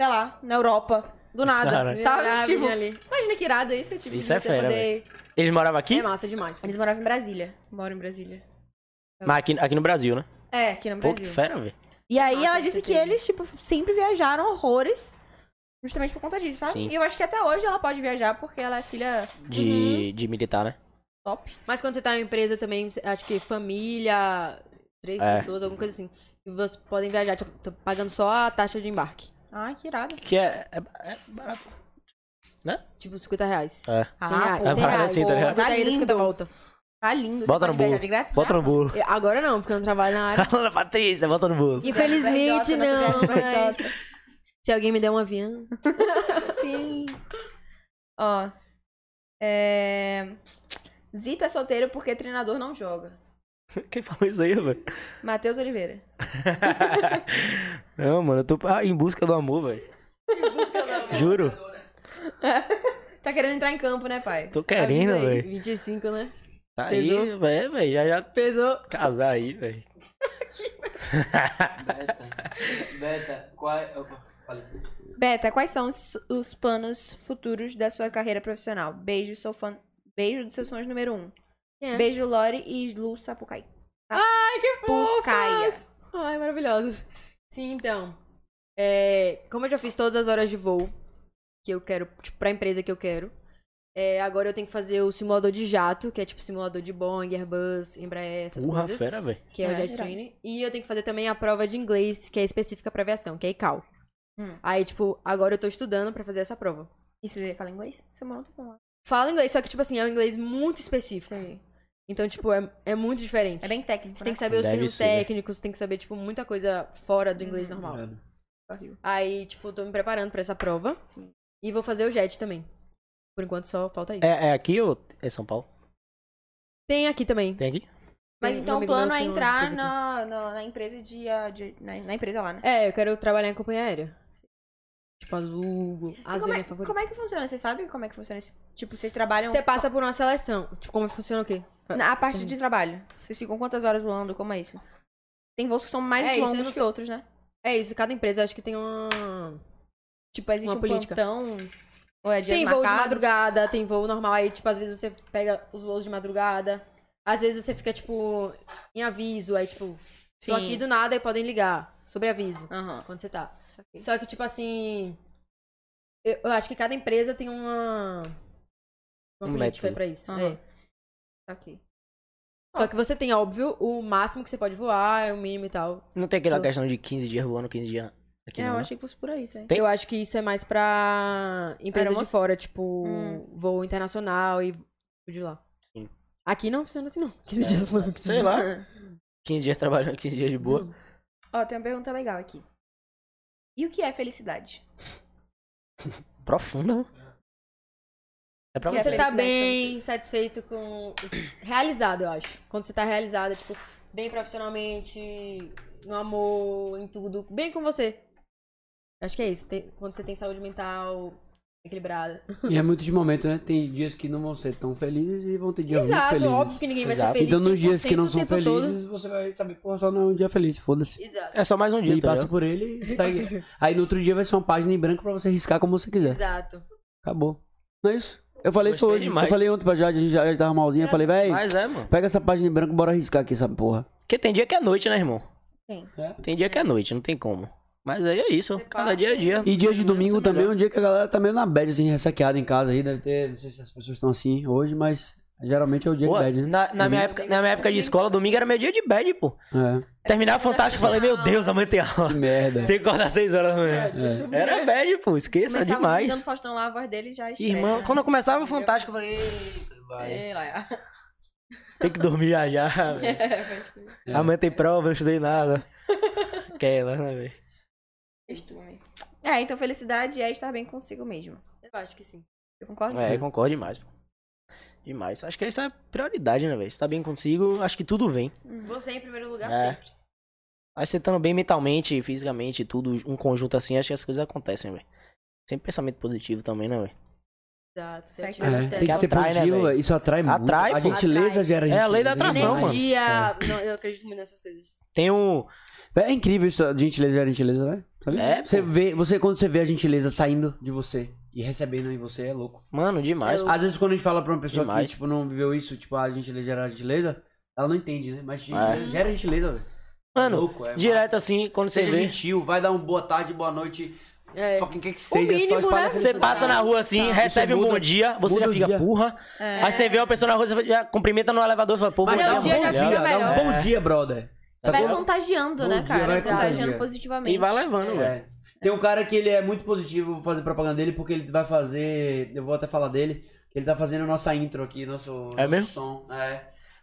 sei lá, na Europa. Do nada, Cara. sabe? Virar, tipo, virar ali. imagina que irado isso, tipo, Isso é você fera, poder... Ele morava aqui? É massa demais. Eles moravam em Brasília. Moram em Brasília. Mas aqui, aqui no Brasil, né? É, aqui no Pô, que Brasil. fera, velho. E aí Nossa, ela você disse que tem- eles, tipo, sempre viajaram horrores. Justamente por conta disso, sabe? Sim. E eu acho que até hoje ela pode viajar porque ela é filha De, Uhum. de militar, né? top. Mas quando você tá em uma empresa também, você- acho que família, três É. pessoas, alguma coisa assim. E vocês podem viajar, tipo, tô pagando só a taxa de embarque. Ai, que irado. Que é, é, é barato. Tipo, 50 reais. É. 100 reais. Ah, pô, 100 parece reais. assim, tá ligado? 50 Tá ida, 50 lindo. volta. Tá lindo. Bota você no pode viajar bolo. de grátis Bota já? é no bolo. Eu- Agora não, porque eu não trabalho na área. Alana Patrícia, bota no bolo. é Infelizmente não, Nossa viagem mas corajosa. se alguém me der um avião... Sim. Ó. É... Zito é solteiro porque treinador não joga. Quem falou isso aí, velho? Matheus Oliveira. Não, mano, eu tô ah, em busca do amor, velho. Juro, Tá querendo entrar em campo, né, pai? tô querendo, Avisa aí, velho. 25, né? Tá aí, Pesou? velho, é, velho. Já, já Pesou. casar aí, velho. Beta, qual é. Beta, quais são os, os planos futuros da sua carreira profissional? Beijo, sou fã. Beijo dos seus sonhos número um. É. Beijo, Lore e Lu Sapucaí. Tá? Ai, que fofo! Ai, maravilhosos. Sim, então. é, como eu já fiz todas as horas de voo que eu quero, tipo, pra empresa que eu quero, é, agora eu tenho que fazer o simulador de jato, que é tipo simulador de Boeing, Airbus, Embraer, essas Porra, coisas. fera, velho. Que é o É, Jet irado. Training. E eu tenho que fazer também a prova de inglês, que é específica pra aviação, que é ICAO. Hum. Aí, tipo, agora eu tô estudando pra fazer essa prova. E você fala inglês? é Você mora no lá. Falo inglês, só que, tipo assim, é um inglês muito específico. Então, tipo, é, é muito diferente. É bem técnico. Você tem né? que saber os Deve termos ser, né? técnicos, tem que saber, tipo, muita coisa fora do inglês Uhum. normal. Aí, tipo, tô me preparando pra essa prova. Sim. E vou fazer o JET também. Por enquanto só falta isso. É, é aqui ou é São Paulo? Tem aqui também. Tem aqui? Mas Tem um então o amigo meu plano é que tem uma entrar empresa aqui. na, na, na empresa de, ah, de- na, na empresa lá, né? É, eu quero trabalhar em companhia aérea. Tipo, azul. E Azul como, é é, minha favorita. como é que funciona? Você sabe como é que funciona esse. Tipo, vocês trabalham. Você passa por uma seleção. Tipo, como funciona o quê? Na, a parte de trabalho. Vocês ficam quantas horas voando? Como é isso? Tem voos que são mais É, isso eu longos não que sei. outros, né? É isso, cada empresa acho que tem uma. Tipo, existe Uma um política. plantão. Ou é dias tem voo de marcados? madrugada, tem voo normal. Aí, tipo, às vezes você pega os voos de madrugada. Às vezes você fica, tipo, em aviso. Aí, tipo, tô Sim. aqui do nada e podem ligar. Sobre aviso. Aham. Quando você tá. saquei. Só que, tipo assim. Eu, eu acho que cada empresa tem uma. Uma Um política método. pra isso. Aham. é. Ok. Só que você tem, óbvio, o máximo que você pode voar, é o mínimo e tal. Não tem aquela Eu- questão de 15 dias voando, 15 dias aqui É, não, eu né? achei que fosse por aí, tá? Tem- Eu acho que isso é mais pra empresa de Aeromoça? fora, tipo, Hum. voo internacional e voo de lá. Sim. É. Aqui não funciona assim, não. 15 dias voando. Sei lá. 15 dias trabalhando, 15 dias de boa. Ó, tem uma pergunta legal aqui. E o que é felicidade? Profunda, mano. É pra E a você. Você tá felicidade pra bem satisfeito com. Realizado, eu acho. Quando você tá realizada, tipo, bem profissionalmente, no amor, em tudo. Bem com você. Acho que é isso. tem- Quando você tem saúde mental, equilibrada. E é muito de momento, né? Tem dias que não vão ser tão felizes e vão ter dias muito Exato, felizes. óbvio que ninguém vai Exato. ser feliz. então, nos dias que não 100% o são tempo todo. felizes, você vai saber, porra, só não é um dia feliz, foda-se. Exato. É só mais um dia, E tá passa ligado? por ele e segue. Aí no outro dia vai ser uma página em branco pra você riscar como você quiser. Exato. Acabou. Não é isso? Eu falei isso Gostei hoje. demais. Eu falei ontem pra Jade, a gente já, já tava malzinha. Eu falei, véi, Mas é, mano. pega essa página em branco, bora riscar aqui essa porra. Porque tem dia que é noite, né, irmão? Tem. É. Tem dia que é noite, não tem como. Mas aí é isso. Cada dia é dia. E dia de domingo Essa também é melhor. um dia que a galera tá meio na bad, assim, ressaqueada em casa aí. Deve ter, não sei se as pessoas estão assim hoje, mas geralmente é o dia Pô, de bad, né? na, na minha Domingo. época, na minha época de escola, domingo era meu dia de bad, pô. É, Terminava fantástico, falei, meu Deus, amanhã tem aula. que merda. Tem que acordar 6 horas da manhã. É. Era bad, pô, esqueça Começava é demais. dando Faustão lá, a voz dele já estressa. Irmão, né? quando eu começava o fantástico, eu falei, "Eita, vai. Sei lá. tem que dormir já já. velho. É, pode crer. É. Amanhã tem prova, eu não estudei nada. Aquela, né, velho? É, então felicidade é estar bem consigo mesmo. Eu acho que sim. Eu concordo. É, concordo demais, pô. Demais. Acho que essa é a prioridade, né, velho? Se tá bem consigo, acho que tudo vem. Você em primeiro lugar É. sempre. Acho que você estando bem mentalmente, fisicamente, tudo, um conjunto assim, acho que as coisas acontecem, velho. Sempre pensamento positivo também, né, velho? Exato. Se É, eu É, tiver tem que ser Atrai, né, positivo, velho? velho. isso atrai, muito. Atrai, A pô. gentileza Atrai. gera É a lei gentileza, da atração, demais. mano. Energia. Não, eu acredito muito nessas coisas. Tem um. É incrível isso, a gentileza gera gentileza, né? Sabe? É, você pô. vê, você quando você vê a gentileza saindo de você e recebendo em você, é louco. Mano, demais. É pô. Às vezes quando a gente fala pra uma pessoa Demais. que, tipo, não viveu isso, tipo, a gentileza gera gentileza, ela não entende, né? Mas gentileza É. gera gentileza, velho. É Mano, louco, é direto massa. assim, quando você Seja vê. gentil, vai dar um boa tarde, boa noite, É. qualquer que seja. mínimo, só espalha né? a Você felicidade. passa na rua assim, Isso recebe um muda- bom dia, você muda já o fica dia. porra. É. Aí você vê uma pessoa na rua, você já cumprimenta no elevador e fala, pô, Mas Não, dá é o um dia bom já dia, fica dá um melhor. É. bom dia, brother. Vai Sacou? contagiando, Bom né, dia, cara? vai contagiando contagiando. positivamente. E vai levando, É. velho. É. Tem um cara que ele é muito positivo, vou fazer propaganda dele, porque ele vai fazer. Eu vou até falar dele. que Ele tá fazendo nossa intro aqui, nosso, É nosso mesmo? som. É.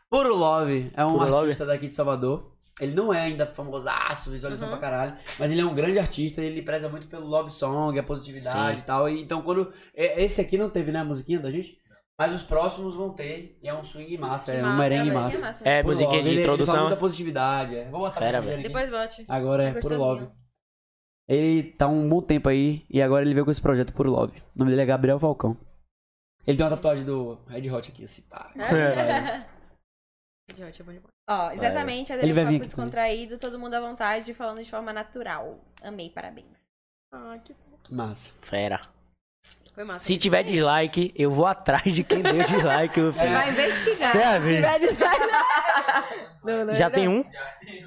Puro Love. É um Puro Love? artista daqui de Salvador. Ele não é ainda famosaço, visualização Uhum. pra caralho, mas ele é um grande artista e ele preza muito pelo love song, a positividade Sim. e tal. E, então, quando. é, Esse aqui não teve, né, a musiquinha da gente? Mas os próximos vão ter. E é um swing massa, Que é um massa, merengue é, mas massa. É, Puro musiquinha Love. de Ele- Ele introdução. né? fala muita positividade. É. Vou botar pra Fera, vocês verem aqui. Depois bote. Agora é É Puro gostosinho. Love. Ele tá um bom tempo aí e agora ele veio com esse projeto Puro Love. O nome dele é Gabriel Falcão. Ele tem uma tatuagem do Red Hot aqui, assim, pá. É? É. Idiota, é bom demais. Ó, exatamente, a Ele dele vai papo vir aqui descontraído, todo mundo à vontade, falando de forma natural. Amei, parabéns. Ah, que fofo. Massa. Fera. Foi massa. Se tiver dislike, eu vou atrás de quem deu dislike, É meu filho. Vai investigar. É. Cê é Se verde. tiver dislike. Não, não, Já não. tem um? É,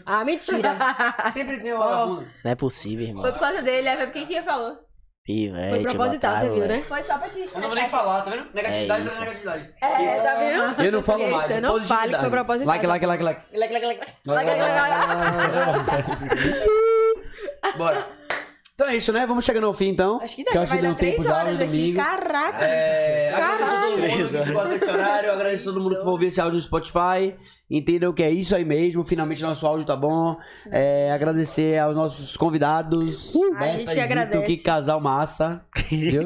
Ah, mentira. Sempre tem o vagabundo. Não é possível, irmão. Foi por causa dele, é porque quem falou. Foi proposital, você viu, né? Foi só pra te Eu não vou estressar. nem falar, tá vendo? Negatividade É traz isso. negatividade. É, Esqueça. tá vendo? Eu não falo mais. Esqueça, não fale que foi proposital. Like, like, like, like. Like, like, like. Like, like, like, like. Bora. Então é isso, né? Vamos chegando ao fim, então. Acho que dá, eu já acho vai que deu um dar tempo três já, hoje horas é aqui. domingo. Caraca. É, agradeço a todo Caralho. mundo que ficou adicionário, agradeço a todo mundo que for ouvir esse áudio no Spotify. Entendam que é isso aí mesmo. Finalmente nosso áudio tá bom. É, agradecer aos nossos convidados. A gente que Zito, agradece. Que casal massa. Viu?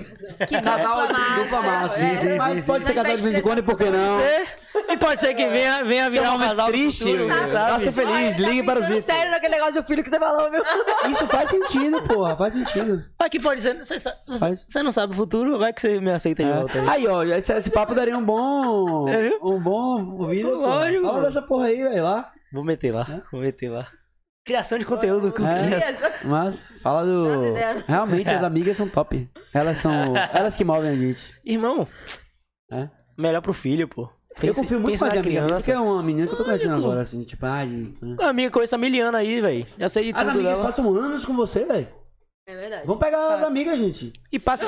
Que Casal dupla dupla massa. massa. sim, É, sim, mas sim, sim. pode ser casal de vez em quando, e por que não? É. E pode ser que venha, venha É virar um casal triste. né? futuro, velho. sabe? Pra ser feliz, ligue para o tá Pensando Zito. Sério naquele negócio do filho que você falou, meu. Isso faz sentido, porra. Faz sentido. Vai que pode ser. Você, sa- você- Faz. você não sabe o futuro, vai que você me aceita de volta. aí. É. Aí, ó, esse, esse papo daria um bom. É, viu? Um bom vídeo. pô. Lógico, Fala mano. dessa porra aí, velho. Lá. Vou meter lá, Né? vou meter lá. Criação de conteúdo. com É. criança. Mas fala do. Nossa ideia. Realmente as amigas são top. Elas são. Elas que movem a gente. Irmão, É. melhor pro filho, pô. eu Pensa- confio muito pensa mais na em amiga. Porque é uma menina que eu tô conhecendo Lógico. agora, assim, tipo, ah, gente. né? Uma amiga com essa miliana aí, velho. Já sei de As tudo amigas dela. passam anos com você, velho. É verdade. Vamos pegar as amigas, gente. E passa.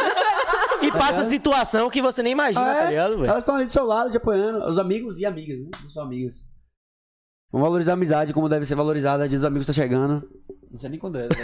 e passa situação que você nem imagina, É. tá ligado, velho? Elas estão ali do seu lado, te apoiando. Os amigos e amigas, né? Não são amigas. Vamos valorizar a amizade como deve ser valorizada. Diz os amigos tá chegando. Não sei nem quando é, né?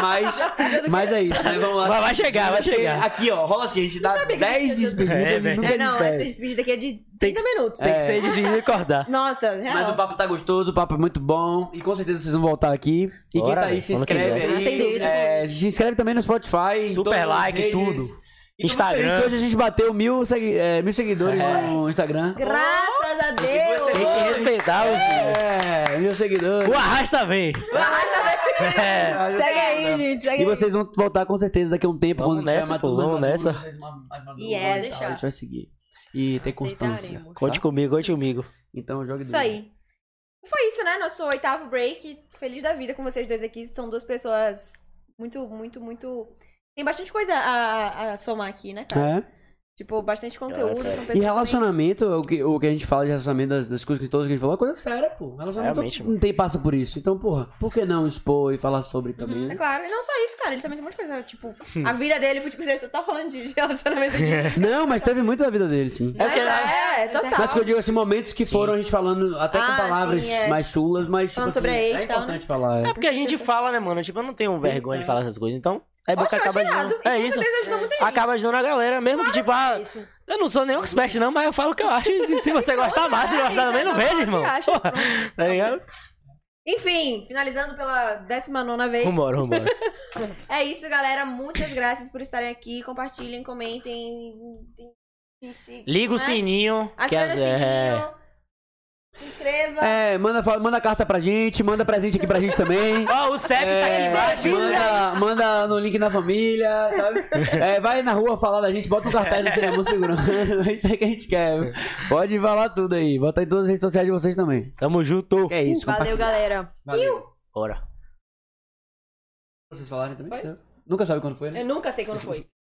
mas, tá mas é isso, né? Vamos lá. Mas vai chegar, vai chegar. Aqui, ó, rola assim, a gente dá 10 despedidas É, e nunca velho. É, não, despede. essa despedida aqui é de 30 Tem que- É. minutos. É. Tem que ser difícil de acordar. Nossa, real. Mas o papo tá gostoso, o papo é muito bom. E com certeza vocês vão voltar aqui. E quem Bora, tá aí, se quando inscreve quiser. Ah, sem aí. dúvida. É, se inscreve também no Spotify. em Super todas as like, redes. tudo. E tô muito Instagram. Feliz que hoje a gente bateu mil, segui- é, mil seguidores É. no Instagram. Graças a Deus. Tem que respeitar o filho. É, mil seguidores. O arrasta vem. É. Vai, tá bem. Ah, já Segue tá aí, dando. gente. Segue E vocês vão voltar com certeza daqui a um tempo, Vamos quando tiver nessa, mais pô, tudo, vamos mais maduro, nessa. vocês ma- mais maduros E é, e tal. deixar. A gente vai seguir. E ter constância. Aceitaremos. Conte tá? comigo, conte comigo. Então, jogue Isso duro. aí. Foi isso, né? Nosso oitavo break. Feliz da vida com vocês dois aqui. São duas pessoas muito, muito, muito. Tem bastante coisa a, a somar aqui, né, cara? É. Tipo, bastante conteúdo. cara. são E pessoas relacionamento, o que, o que a gente fala de relacionamento, das, das coisas que todas que a gente falou, é coisa séria, pô. Relacionamento Realmente, não tem passa por isso. Então, porra, por que não expor e falar sobre também, Uhum. É né? claro, e não só isso, cara. Ele também tem um monte de coisa. Tipo, Hum. a vida dele, futebol, você tá falando de relacionamento aqui. Não, mas teve muito da vida dele, sim. É porque- é, é, total. Mas que eu digo assim, momentos que Sim. foram a gente falando até com Ah, palavras sim, é. mais chulas, mas. Falando tipo, sobre assim, a ex É e tal, né? importante falar. É É. porque a gente fala, né, mano? Tipo, eu não tenho vergonha de falar essas coisas, então. É bom que Poxa, eu acaba acho irado. Então ajudando. E É com isso. certeza ajudou muita gente. Acaba ajudando a galera, mesmo que, tipo, ah, Isso. eu não sou nenhum expert, não, mas eu falo o que eu acho. e Se você gostar, massa. Se não gostar também, não Fala o que vejo, irmão. acha, Porra, pronto. Tá ligado? É Enfim, finalizando pela 19 vez. Vambora, vambora. É isso, galera. Muitas graças por estarem aqui. Compartilhem, comentem. se- se- Liga o né? sininho. é. que Acione as- o é, sininho. Se inscreva. É, manda, fa- manda carta pra gente, manda presente aqui pra gente também. Ó, o CEP tá aqui É, embaixo. manda, manda no link na família, sabe? É, vai na rua falar da gente, bota um cartaz do cinema segurando. É isso aí que a gente quer. Pode falar tudo aí. Bota em todas as redes sociais de vocês também. Tamo junto. Que é isso, Valeu, compartilha. galera. Valeu. Bora. Vocês falarem também? Nunca sabe quando foi, né? Eu nunca sei quando foi.